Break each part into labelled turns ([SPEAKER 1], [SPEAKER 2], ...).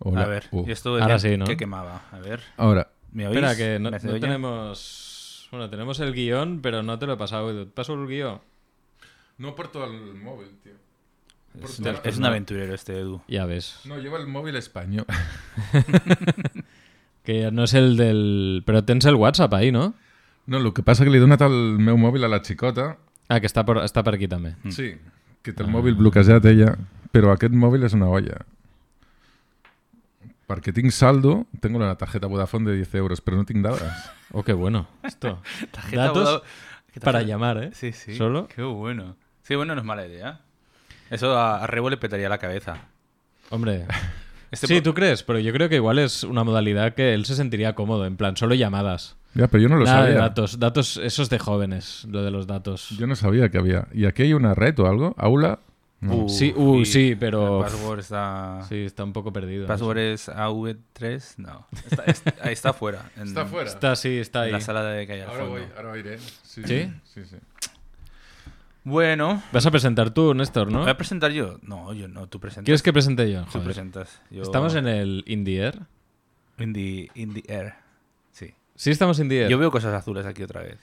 [SPEAKER 1] Hola.
[SPEAKER 2] A ver,
[SPEAKER 3] Oh.
[SPEAKER 1] Uh,
[SPEAKER 2] yo estuve
[SPEAKER 1] Ahora
[SPEAKER 2] bien.
[SPEAKER 1] sí, ¿no?
[SPEAKER 2] ¿Qué quemaba? A ver,
[SPEAKER 1] Ahora.
[SPEAKER 2] ¿me oís?
[SPEAKER 1] Espera, que no,
[SPEAKER 2] ¿Me se
[SPEAKER 1] no
[SPEAKER 2] oye?
[SPEAKER 1] tenemos... Bueno, tenemos el guión, pero no te lo he pasado. ¿Te paso el guión?
[SPEAKER 3] No porto el móvil, tío.
[SPEAKER 2] Es,
[SPEAKER 3] Porto-
[SPEAKER 2] un- es un aventurero este, Edu.
[SPEAKER 1] Ya ves.
[SPEAKER 3] No, llevo el móvil español.
[SPEAKER 1] Que no es el del... Pero tens el WhatsApp ahí, no?
[SPEAKER 3] No, el que passa que li he donat el meu mòbil a la xicota.
[SPEAKER 1] Ah, que està per, està per aquí també.
[SPEAKER 3] Sí, que té el mòbil bloquejat ella, però aquest mòbil és una olla. Perquè tinc saldo, tengo una tarjeta Vodafone de 10 euros, però no tinc dades.
[SPEAKER 1] Oh, qué bueno. Esto.
[SPEAKER 2] Tarjeta
[SPEAKER 1] Datos
[SPEAKER 2] Vodafone- ¿Qué tarjeta?
[SPEAKER 1] para llamar, ¿eh?
[SPEAKER 2] Sí, sí.
[SPEAKER 1] Solo.
[SPEAKER 2] Qué bueno. Sí, bueno, no es mala idea. Eso a, a Rebo le petaría la cabeza.
[SPEAKER 1] Hombre.
[SPEAKER 2] Este
[SPEAKER 1] sí,
[SPEAKER 2] po-
[SPEAKER 1] tú crees, pero yo creo que igual es una modalidad que él se sentiría cómodo, en plan, solo llamadas.
[SPEAKER 3] Ja, però jo no lo
[SPEAKER 1] Nada de
[SPEAKER 3] sabia.
[SPEAKER 1] datos. Datos, esos de jóvenes, lo de los datos.
[SPEAKER 3] Jo no sabia que havia. I aquí hi ha una red o algo? Aula? No.
[SPEAKER 2] Uf,
[SPEAKER 1] uh, Sí, uy,
[SPEAKER 2] y
[SPEAKER 1] sí, pero-
[SPEAKER 2] El Uh, password está.
[SPEAKER 1] Sí, está un poco perdido.
[SPEAKER 2] ¿Password es AV3? No. Está, es- ahí está fuera. en-
[SPEAKER 3] Està fora.
[SPEAKER 1] Está, sí, está
[SPEAKER 2] En
[SPEAKER 1] ahí.
[SPEAKER 2] la sala de que hay al
[SPEAKER 3] Ara
[SPEAKER 2] fondo.
[SPEAKER 3] voy, ara iré. Sí,
[SPEAKER 1] Sí?
[SPEAKER 3] sí. sí.
[SPEAKER 2] Bueno,
[SPEAKER 1] Vas a presentar tú, Néstor, ¿no?
[SPEAKER 2] ¿voy a presentar yo? No, yo no, tú presentas.
[SPEAKER 1] ¿Quieres que presente yo?
[SPEAKER 2] Tú
[SPEAKER 1] Joder.
[SPEAKER 2] presentas. Yo-
[SPEAKER 1] Estamos en el Indie Air.
[SPEAKER 2] In the, in the air. Sí.
[SPEAKER 1] Sí, estamos Indie Air.
[SPEAKER 2] Yo veo cosas azules aquí otra vez.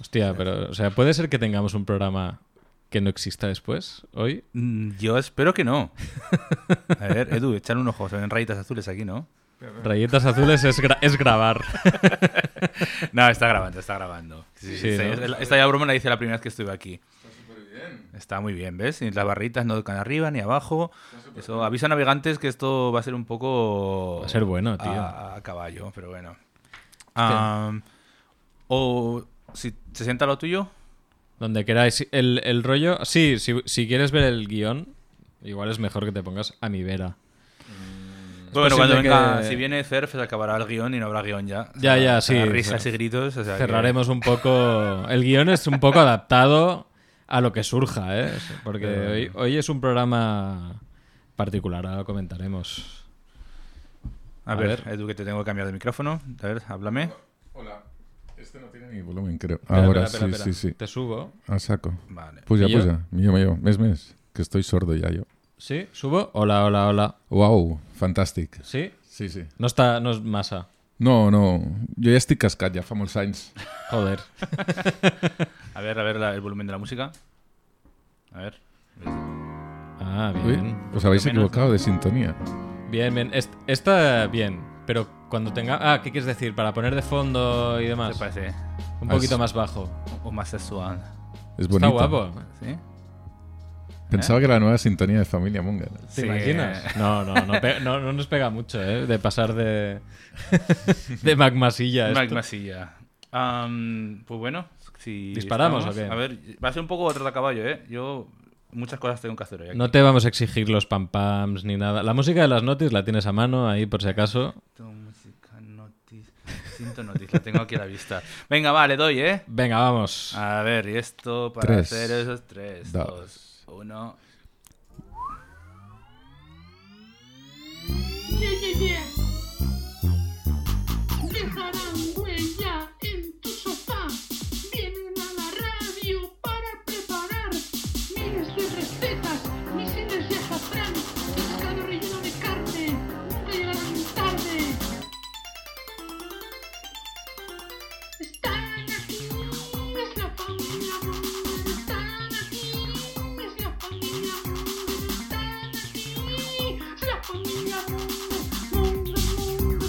[SPEAKER 1] Hostia, pero, o sea, ¿puede ser que tengamos un programa que no exista después, hoy?
[SPEAKER 2] Mm, Yo espero que no. A ver, Edu, echar un ojo. Se ven rayitas azules aquí, ¿no?
[SPEAKER 1] Rayetas azules es, gra- es grabar.
[SPEAKER 2] No, está grabando, está grabando. Sí,
[SPEAKER 1] Sí,
[SPEAKER 2] sí,
[SPEAKER 1] ¿no?
[SPEAKER 2] es- Esta ya broma la hice la primera vez que estuve aquí. Está muy bien, ¿ves? Ni las barritas no tocan arriba ni abajo. Eso avisa a navegantes que esto va a ser un poco.
[SPEAKER 1] Va a ser bueno, tío.
[SPEAKER 2] A, a caballo, pero bueno. Am, o si se sienta lo tuyo.
[SPEAKER 1] Donde queráis. El, el rollo. Sí, si, si quieres ver el guión, igual es mejor que te pongas a mi vera.
[SPEAKER 2] Bueno, cuando
[SPEAKER 1] posible
[SPEAKER 2] venga,
[SPEAKER 1] que-
[SPEAKER 2] si viene Cerf, se acabará el guión y no habrá guión ya. O
[SPEAKER 1] Ya,
[SPEAKER 2] sea,
[SPEAKER 1] ya, sí,
[SPEAKER 2] habrá Risas
[SPEAKER 1] cer-
[SPEAKER 2] y gritos. o sea que-
[SPEAKER 1] Cerraremos un poco. El guión es un poco adaptado a lo que surja, ¿eh? Porque hoy, hoy es un programa particular, ahora lo comentaremos.
[SPEAKER 2] A,
[SPEAKER 1] A
[SPEAKER 2] ver,
[SPEAKER 1] ver.
[SPEAKER 2] Edu, que te tengo que cambiar de micrófono. A ver, háblame.
[SPEAKER 3] Hola. Este no tiene ni volumen, creo.
[SPEAKER 1] Espera,
[SPEAKER 3] Ahora
[SPEAKER 1] espera,
[SPEAKER 3] sí,
[SPEAKER 1] espera,
[SPEAKER 3] sí, sí.
[SPEAKER 1] espera. Te subo.
[SPEAKER 3] A saco.
[SPEAKER 2] Vale.
[SPEAKER 3] Puja,
[SPEAKER 1] Millor?
[SPEAKER 3] puja. Millor, millor. Més, més. Que estoy sordo ja, jo.
[SPEAKER 1] Sí, subo. Hola, hola, hola.
[SPEAKER 3] Uau, fantàstic.
[SPEAKER 1] Sí.
[SPEAKER 3] Sí, sí.
[SPEAKER 1] No está, no es masa.
[SPEAKER 3] No, no, jo ja estic cascat, ja fa molts anys.
[SPEAKER 1] Joder.
[SPEAKER 2] A ver, a ver la- el volumen de la música. A ver.
[SPEAKER 1] Ah,
[SPEAKER 3] Ui,
[SPEAKER 1] bien.
[SPEAKER 3] us habéis
[SPEAKER 2] Menos,
[SPEAKER 3] equivocado de sintonía.
[SPEAKER 1] Bien, bien. Est- Esta, bien. Pero cuando tenga. Ah, ¿qué quieres decir? Para poner de fondo y
[SPEAKER 2] ¿Qué
[SPEAKER 1] demás.
[SPEAKER 2] te parece? Ah,
[SPEAKER 1] Un
[SPEAKER 3] Has-
[SPEAKER 1] poquito más bajo.
[SPEAKER 2] Homosexual.
[SPEAKER 3] És bonita.
[SPEAKER 1] Está guapo. Eh?
[SPEAKER 2] ¿Sí?
[SPEAKER 3] Pensava que era la nova sintonia de Família Munga.
[SPEAKER 1] ¿Te
[SPEAKER 2] Sí.
[SPEAKER 1] imaginas? No, no, no, pe- no, no nos pega mucho, ¿eh? De pasar de. de magmasilla. a esto.
[SPEAKER 2] Mike Masilla. Am, pues bueno, si.
[SPEAKER 1] ¿Disparamos o qué?
[SPEAKER 2] A ver, va a ser un poco otro de caballo, ¿eh? Yo muchas cosas tengo que hacer hoy. Aquí.
[SPEAKER 1] No te vamos a exigir los pam pams ni nada. La música de las notis la tienes a mano ahí por si acaso.
[SPEAKER 2] Sinto música, notis. Sinto notis, la tengo aquí a la vista. Venga, va, le doy, ¿eh?
[SPEAKER 1] Venga, vamos.
[SPEAKER 2] A ver, y esto para
[SPEAKER 3] Tres,
[SPEAKER 2] hacer esos tres,
[SPEAKER 3] dos.
[SPEAKER 2] dos, uno.
[SPEAKER 4] Ye-ye-ye. Dejarán huella en tu sofá. Vienen a la radio para preparar miles de recetas, misiles de azafrán, pescado relleno de carne. Nunca llegarán tarde. Están aquí, es la familia Munger. Están aquí, es la familia Munger. Están aquí, es la familia Munger. Munger, Munger.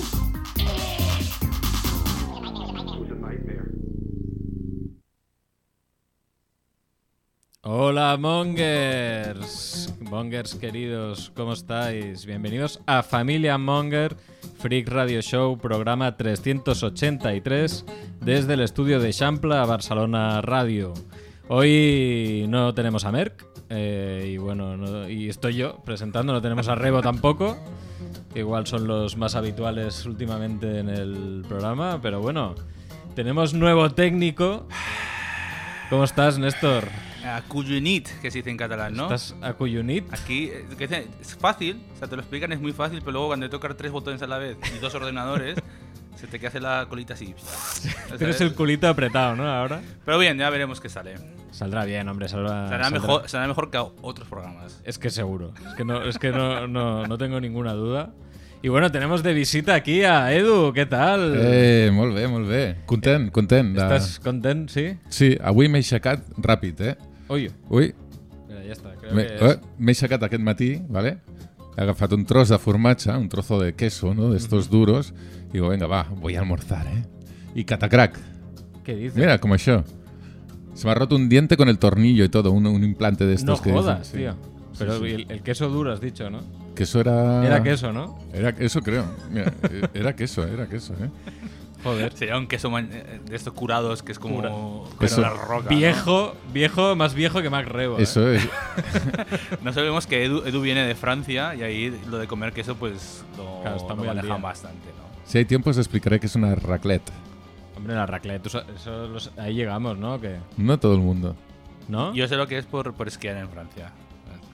[SPEAKER 1] Hola, Mongers. Mongers queridos, ¿cómo estáis? Bienvenidos a Familia Monger, Freak Radio Show, programa 383, desde el estudio de Champla, Barcelona Radio. Hoy no tenemos a Merck, eh, y bueno, no- y estoy yo presentando, no tenemos a Rebo tampoco, que igual son los más habituales últimamente en el programa, pero bueno, tenemos nuevo técnico. ¿Cómo estás, Néstor?
[SPEAKER 2] A Cuyunit, que se dice en catalán, ¿no?
[SPEAKER 1] Estás a Cuyunit.
[SPEAKER 2] Aquí eh, que es- es fácil, o sea, te lo explican, es muy fácil, pero luego cuando te tocar tres botones a la vez y dos ordenadores, se te queda hacer la colita así. ¿sabes?
[SPEAKER 1] Tienes el culito apretado, ¿no? Ahora.
[SPEAKER 2] Pero bien, ya veremos qué sale.
[SPEAKER 1] Saldrá bien, hombre,
[SPEAKER 3] Ah,
[SPEAKER 1] saldrá.
[SPEAKER 2] Será
[SPEAKER 1] saldrá.
[SPEAKER 2] mejor, será mejor que a otros programas.
[SPEAKER 1] Es que seguro. Es que no, es que no, no, no tengo ninguna duda. Y bueno, tenemos de visita aquí a Edu, ¿qué tal?
[SPEAKER 3] Eh, molt bé, molt bé.
[SPEAKER 1] Eh,
[SPEAKER 3] Content, content. De...
[SPEAKER 1] ¿Estás content? Sí.
[SPEAKER 3] Sí, avui m'he aixecat ràpid, eh?
[SPEAKER 1] Oye,
[SPEAKER 3] Ui,
[SPEAKER 1] mira, ya está. Creo
[SPEAKER 3] m'he
[SPEAKER 1] que es-
[SPEAKER 3] eh, m'he aixecat aquest matí, vale? he agafat un tros de formatge, un trozo de queso, no? d'estos duros, i digo, venga, va, voy a almorzar, eh? I catacrac,
[SPEAKER 1] ¿Qué dices?
[SPEAKER 3] mira, com això. Se m'ha roto un diente con el tornillo y todo, un, un implante de
[SPEAKER 1] no
[SPEAKER 3] estos que dicen,
[SPEAKER 1] jodas,
[SPEAKER 3] sí.
[SPEAKER 1] tío. Pero
[SPEAKER 3] sí. Ah.
[SPEAKER 1] El, el queso duro has dicho, ¿no?
[SPEAKER 3] Queso era...
[SPEAKER 1] Era queso, ¿no?
[SPEAKER 3] Era eso, creo. Mira, eh, era queso, era queso, ¿eh?
[SPEAKER 1] Joder.
[SPEAKER 2] Sería un queso man- eh, de estos curados que es
[SPEAKER 1] Cura-
[SPEAKER 2] como
[SPEAKER 3] Queso
[SPEAKER 2] la roca. ¿no?
[SPEAKER 1] Viejo, viejo, más viejo que Mac Rebo. ¿eh?
[SPEAKER 3] Eso es.
[SPEAKER 2] No sabemos que Edu, Edu viene de Francia y ahí lo de comer queso pues lo,
[SPEAKER 1] Claro, está
[SPEAKER 2] lo
[SPEAKER 1] muy al
[SPEAKER 2] manejan
[SPEAKER 1] día.
[SPEAKER 2] bastante, ¿no?
[SPEAKER 3] Si hay tiempo os explicaré que es una raclette.
[SPEAKER 1] Hombre, la raclette, eso- eso los- ahí llegamos, ¿no? Que-
[SPEAKER 3] No todo el mundo.
[SPEAKER 1] ¿No?
[SPEAKER 2] Yo sé lo que es por, por esquiar en Francia.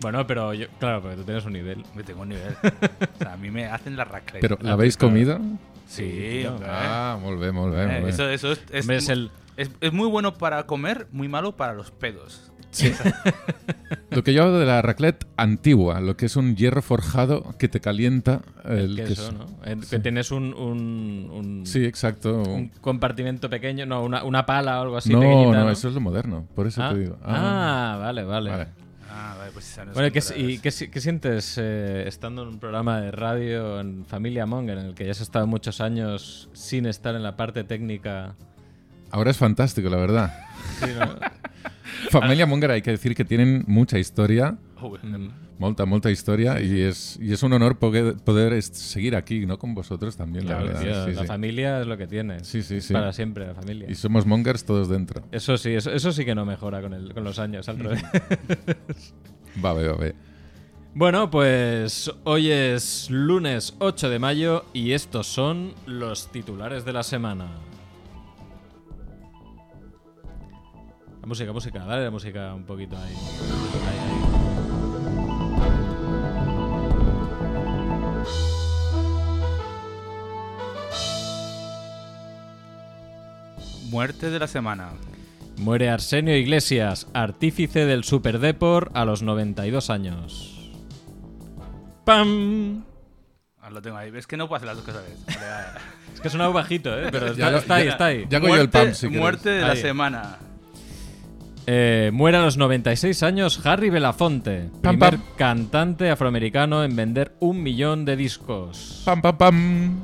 [SPEAKER 1] Bueno, pero yo, claro, porque tú tienes un nivel.
[SPEAKER 2] Me tengo un nivel. o sea, a mí me hacen la raclette.
[SPEAKER 3] ¿Pero la habéis comido?
[SPEAKER 2] Sí,
[SPEAKER 1] tío.
[SPEAKER 2] hombre.
[SPEAKER 3] Ah, muy bien, muy bien,
[SPEAKER 2] Eh,
[SPEAKER 3] muy bien.
[SPEAKER 2] eso, eso es, es
[SPEAKER 1] Hombre, es el-
[SPEAKER 2] es- es muy bueno para comer, muy malo para los pedos.
[SPEAKER 3] Lo que yo hablo de la raclette antigua, lo que es un hierro forjado que te calienta el,
[SPEAKER 1] queso, ¿no? El- Que tienes un, un, un-
[SPEAKER 3] Sí, exacto.
[SPEAKER 1] un compartimento pequeño, no, una, una pala o algo así.
[SPEAKER 3] no, no,
[SPEAKER 1] pequeñita, no,
[SPEAKER 3] eso es lo moderno, por eso
[SPEAKER 1] Ah,
[SPEAKER 3] te digo.
[SPEAKER 1] ah, vale, vale.
[SPEAKER 3] vale.
[SPEAKER 2] Ah, vale, pues esa no es
[SPEAKER 1] Bueno, ¿y ¿qué,
[SPEAKER 2] temporada.
[SPEAKER 1] y qué, si- qué sientes eh, estando en un programa de radio en Familia Monger, en el que ya has estado muchos años sin estar en la parte técnica?
[SPEAKER 3] Ahora es fantástico, la verdad.
[SPEAKER 1] Sí, ¿no?
[SPEAKER 3] Familia Monger hay que decir que tienen mucha historia,
[SPEAKER 2] Uy,
[SPEAKER 1] Mm,
[SPEAKER 3] molta, molta historia, y es, y es un honor pogue- poder es- seguir aquí, ¿no? Con vosotros también,
[SPEAKER 1] Claro,
[SPEAKER 3] la verdad.
[SPEAKER 1] tío,
[SPEAKER 3] Sí,
[SPEAKER 1] la
[SPEAKER 3] sí.
[SPEAKER 1] familia es lo que tiene.
[SPEAKER 3] Sí, sí, sí.
[SPEAKER 1] Para siempre, la familia.
[SPEAKER 3] Y somos mongers todos dentro.
[SPEAKER 1] Eso sí, eso, eso sí que no mejora con, el, con los años, al revés.
[SPEAKER 3] Va, va, va.
[SPEAKER 1] bueno, pues hoy es lunes 8 de mayo y estos son los titulares de la semana. La música, música, dale la música un poquito ahí. Ahí, ahí.
[SPEAKER 2] Muerte de la semana.
[SPEAKER 1] Muere Arsenio Iglesias, artífice del Superdepor a los 92 años. ¡Pam!
[SPEAKER 2] Ah, lo tengo ahí. Es que no puedo hacer las dos cosas a la vez. Vale, vale.
[SPEAKER 1] Es que ha sonado bajito, ¿eh? Pero está,
[SPEAKER 3] lo-
[SPEAKER 1] está ahí, está ahí.
[SPEAKER 3] Ya hago yo el
[SPEAKER 2] Muerte-
[SPEAKER 3] pam, si quieres.
[SPEAKER 2] Muerte de la
[SPEAKER 1] Ahí.
[SPEAKER 2] semana.
[SPEAKER 1] Eh, muere a los 96 años Harry Belafonte,
[SPEAKER 3] Pam,
[SPEAKER 1] primer
[SPEAKER 3] pam.
[SPEAKER 1] cantante afroamericano en vender un millón de discos.
[SPEAKER 3] Pam, pam, pam.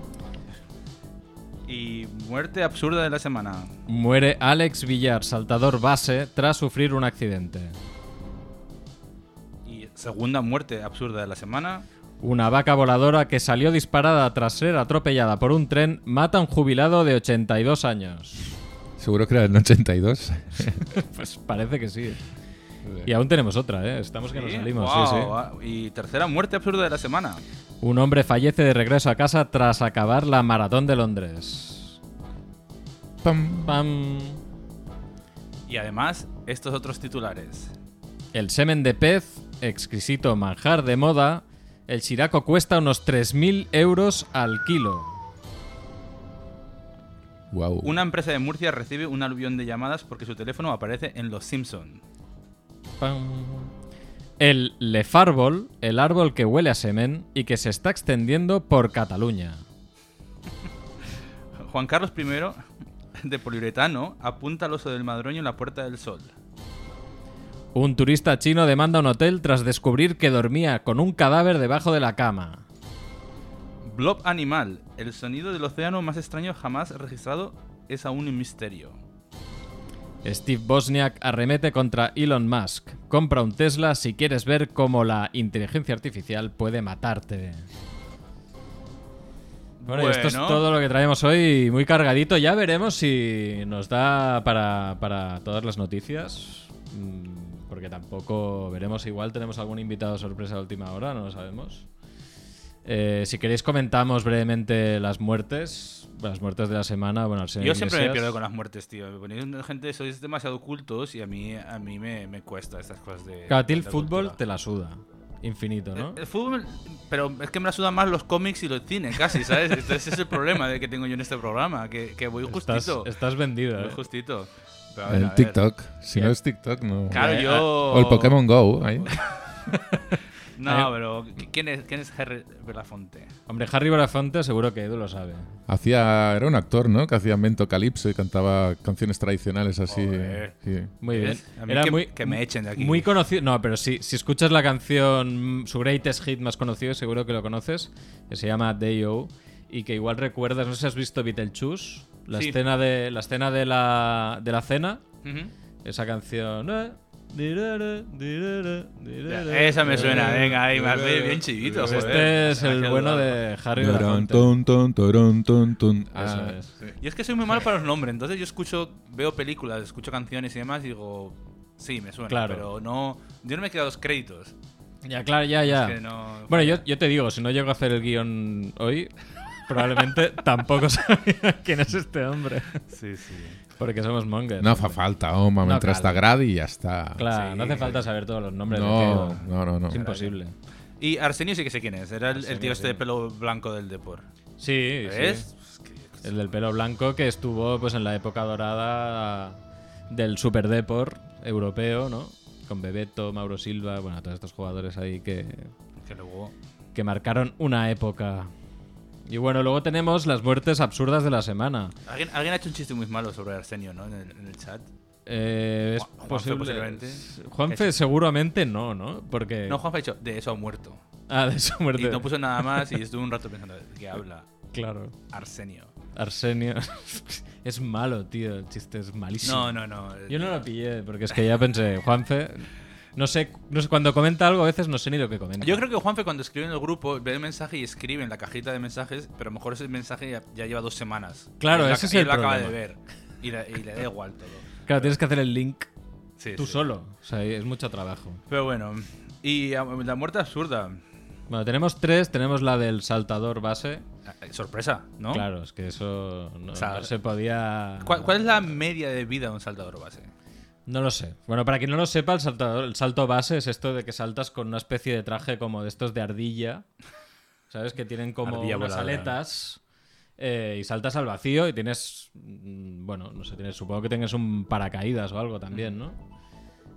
[SPEAKER 2] Y muerte absurda de la semana.
[SPEAKER 1] Muere Alex Villar, saltador base, tras sufrir un accidente.
[SPEAKER 2] Y segunda muerte absurda de la semana.
[SPEAKER 1] Una vaca voladora que salió disparada tras ser atropellada por un tren mata a un jubilado de 82 años.
[SPEAKER 3] Seguro que era el 82.
[SPEAKER 1] Pues parece que sí. Y aún tenemos otra, ¿eh? Estamos que nos
[SPEAKER 2] Sí,
[SPEAKER 1] salimos.
[SPEAKER 2] wow,
[SPEAKER 1] sí, sí.
[SPEAKER 2] ah, Y tercera muerte absurda de la semana.
[SPEAKER 1] Un hombre fallece de regreso a casa tras acabar la maratón de Londres.
[SPEAKER 3] Pam.
[SPEAKER 1] Pam.
[SPEAKER 2] Y además, estos otros titulares.
[SPEAKER 1] El semen de pez, exquisito manjar de moda. El chiraco cuesta unos 3.000 euros al kilo.
[SPEAKER 3] Wow.
[SPEAKER 2] Una empresa de Murcia recibe un aluvión de llamadas porque su teléfono aparece en Los Simpson.
[SPEAKER 1] Pam. El lefárbol, el árbol que huele a semen y que se está extendiendo por Cataluña.
[SPEAKER 2] Juan Carlos I, de poliuretano, apunta al oso del madroño en la Puerta del Sol.
[SPEAKER 1] Un turista chino demanda un hotel tras descubrir que dormía con un cadáver debajo de la cama.
[SPEAKER 2] Blob Animal, el sonido del océano más extraño jamás registrado es aún un misterio.
[SPEAKER 1] Steve Bosniak arremete contra Elon Musk. Compra un Tesla si quieres ver cómo la inteligencia artificial puede matarte. Bueno, y esto es
[SPEAKER 2] Bueno.
[SPEAKER 1] todo lo que traemos hoy, muy cargadito. Ya veremos si nos da para, para todas las noticias. Mm, Porque tampoco veremos, igual tenemos algún invitado sorpresa de última hora, no lo sabemos. Eh, si queréis comentamos brevemente las muertes, las muertes de la semana. Bueno, al señor
[SPEAKER 2] Yo siempre me
[SPEAKER 1] Iglesias.
[SPEAKER 2] pierdo con las muertes, tío. Me ponéis una gente, sois demasiado cultos y a mí, a mí me, me cuesta estas cosas de...
[SPEAKER 1] Claro, a ti el
[SPEAKER 2] de
[SPEAKER 1] fútbol
[SPEAKER 2] cultura.
[SPEAKER 1] te la suda. Infinito, ¿no?
[SPEAKER 2] Eh, El, el fútbol, pero es que me la sudan más los cómics y los cines, casi, ¿sabes? Entonces ese es el problema de que tengo yo en este programa, que, que voy
[SPEAKER 1] Estás,
[SPEAKER 2] justito.
[SPEAKER 1] estás vendido,
[SPEAKER 2] Voy
[SPEAKER 1] ¿eh?
[SPEAKER 2] justito. Pero a ver, a
[SPEAKER 3] El
[SPEAKER 2] ver.
[SPEAKER 3] TikTok. Si
[SPEAKER 1] Bien. Eh,
[SPEAKER 3] no es TikTok, no.
[SPEAKER 2] Claro, yo...
[SPEAKER 3] O el Pokémon Go. ahí.
[SPEAKER 2] No, pero ¿qui- ¿quién es, quién es Harry Belafonte?
[SPEAKER 1] Hombre, Harry Belafonte seguro que Edu lo sabe.
[SPEAKER 3] Hacía, era un actor, ¿no? Que hacía mento calipso y cantaba canciones tradicionales así.
[SPEAKER 2] Joder.
[SPEAKER 3] sí.
[SPEAKER 1] Muy bien.
[SPEAKER 2] ¿Ves? A mí que- que me echen de aquí.
[SPEAKER 1] Muy conocido. No, pero sí, si escuchas la canción, mm, su greatest hit más conocido, seguro que lo conoces, que se llama Day O, y que igual recuerdas, no sé si has visto Beetlejuice, la
[SPEAKER 2] Sí.
[SPEAKER 1] escena de la escena de la, de la cena,
[SPEAKER 2] Ujú.
[SPEAKER 1] esa canción. eh, direre, direre, direre,
[SPEAKER 2] Esa me suena,
[SPEAKER 1] direre.
[SPEAKER 2] venga, ahí más bien, bien chivito.
[SPEAKER 1] Pues
[SPEAKER 2] joder.
[SPEAKER 1] Eh, este es el
[SPEAKER 2] Ángel
[SPEAKER 1] bueno
[SPEAKER 2] Eduardo.
[SPEAKER 1] de Harry
[SPEAKER 3] Tarán,
[SPEAKER 1] Belafonte.
[SPEAKER 3] tun, tun, tarán, tun, tun. Ah,
[SPEAKER 1] Eso es.
[SPEAKER 2] Y es que soy muy malo para los nombres, entonces yo escucho, veo películas, escucho canciones y demás y digo, sí, me suena,
[SPEAKER 1] Claro.
[SPEAKER 2] pero no, yo no me he quedado los créditos.
[SPEAKER 1] Ya, claro, ya, ya.
[SPEAKER 2] que no-
[SPEAKER 1] Bueno, yo, yo te digo, si no llego a hacer el guión hoy, probablemente tampoco sabía quién es este hombre.
[SPEAKER 2] Sí, sí.
[SPEAKER 1] Porque somos mongers.
[SPEAKER 3] No hace falta, Oma,
[SPEAKER 1] No,
[SPEAKER 3] mientras
[SPEAKER 1] claro.
[SPEAKER 3] está Grady y ya está.
[SPEAKER 1] Claro,
[SPEAKER 2] Sí.
[SPEAKER 1] no hace falta saber todos los nombres.
[SPEAKER 3] No,
[SPEAKER 1] de Teo.
[SPEAKER 3] no, no, no.
[SPEAKER 1] Es imposible.
[SPEAKER 2] Y Arsenio sí que sé quién es, era el, el
[SPEAKER 1] Arsenio,
[SPEAKER 2] tío este
[SPEAKER 1] sí.
[SPEAKER 2] de pelo blanco del Depor.
[SPEAKER 1] Sí, sí.
[SPEAKER 2] ¿Ves? Es que-
[SPEAKER 1] El del pelo blanco que estuvo pues en la época dorada del Super Depor europeo, ¿no? Con Bebeto, Mauro Silva, bueno, todos estos jugadores ahí que,
[SPEAKER 2] que luego...
[SPEAKER 1] que marcaron una época. Y bueno, luego tenemos las muertes absurdas de la semana.
[SPEAKER 2] ¿Alguien, alguien ha hecho un chiste muy malo sobre Arsenio, ¿no? En el, en el chat.
[SPEAKER 1] Eh, es
[SPEAKER 2] Ju- Juanfe,
[SPEAKER 1] posible.
[SPEAKER 2] posiblemente.
[SPEAKER 1] Juanfe seguramente no, ¿no? Porque.
[SPEAKER 2] No, Juan ha dicho, de eso ha muerto.
[SPEAKER 1] Ah, de su muerte.
[SPEAKER 2] Y no puso nada más y estuve un rato pensando, ¿de qué habla?
[SPEAKER 1] Claro.
[SPEAKER 2] Arsenio.
[SPEAKER 1] Arsenio. es malo, tío. El chiste es malísimo.
[SPEAKER 2] No, no, no.
[SPEAKER 1] Yo no lo pillé, porque es que ya pensé, Juanfe. No sé, no sé, cuando comenta algo a veces no sé ni lo que comenta.
[SPEAKER 2] Yo creo que Juanfe cuando escribe en el grupo ve el mensaje y escribe en la cajita de mensajes, pero a lo mejor ese mensaje ya, ya lleva dos semanas. Y
[SPEAKER 1] Claro,
[SPEAKER 2] él la-
[SPEAKER 1] ese es
[SPEAKER 2] y él
[SPEAKER 1] el
[SPEAKER 2] lo acaba de
[SPEAKER 1] problema.
[SPEAKER 2] ver. Y le, y le da igual todo.
[SPEAKER 1] Claro, tienes que hacer el link
[SPEAKER 2] Sí,
[SPEAKER 1] tú
[SPEAKER 2] sí.
[SPEAKER 1] solo. O sea, es mucho trabajo.
[SPEAKER 2] Pero bueno, y ah, la muerte absurda.
[SPEAKER 1] Bueno, tenemos tres. Tenemos la del saltador base.
[SPEAKER 2] Ah, eh, Sorpresa, ¿no?
[SPEAKER 1] Claro, es que eso no,
[SPEAKER 2] O sea,
[SPEAKER 1] no se podía.
[SPEAKER 2] ¿Cuál, cuál es la media de vida de un saltador base?
[SPEAKER 1] No lo sé. Bueno, para quien no lo sepa, el, saltador- el salto base es esto de que saltas con una especie de traje como de estos de ardilla. ¿Sabes? Que tienen como
[SPEAKER 2] Ardilla
[SPEAKER 1] unas
[SPEAKER 2] voladora.
[SPEAKER 1] aletas eh, y saltas al vacío y tienes. mm, Bueno, no sé, tienes, supongo que tienes un paracaídas o algo también, ¿no?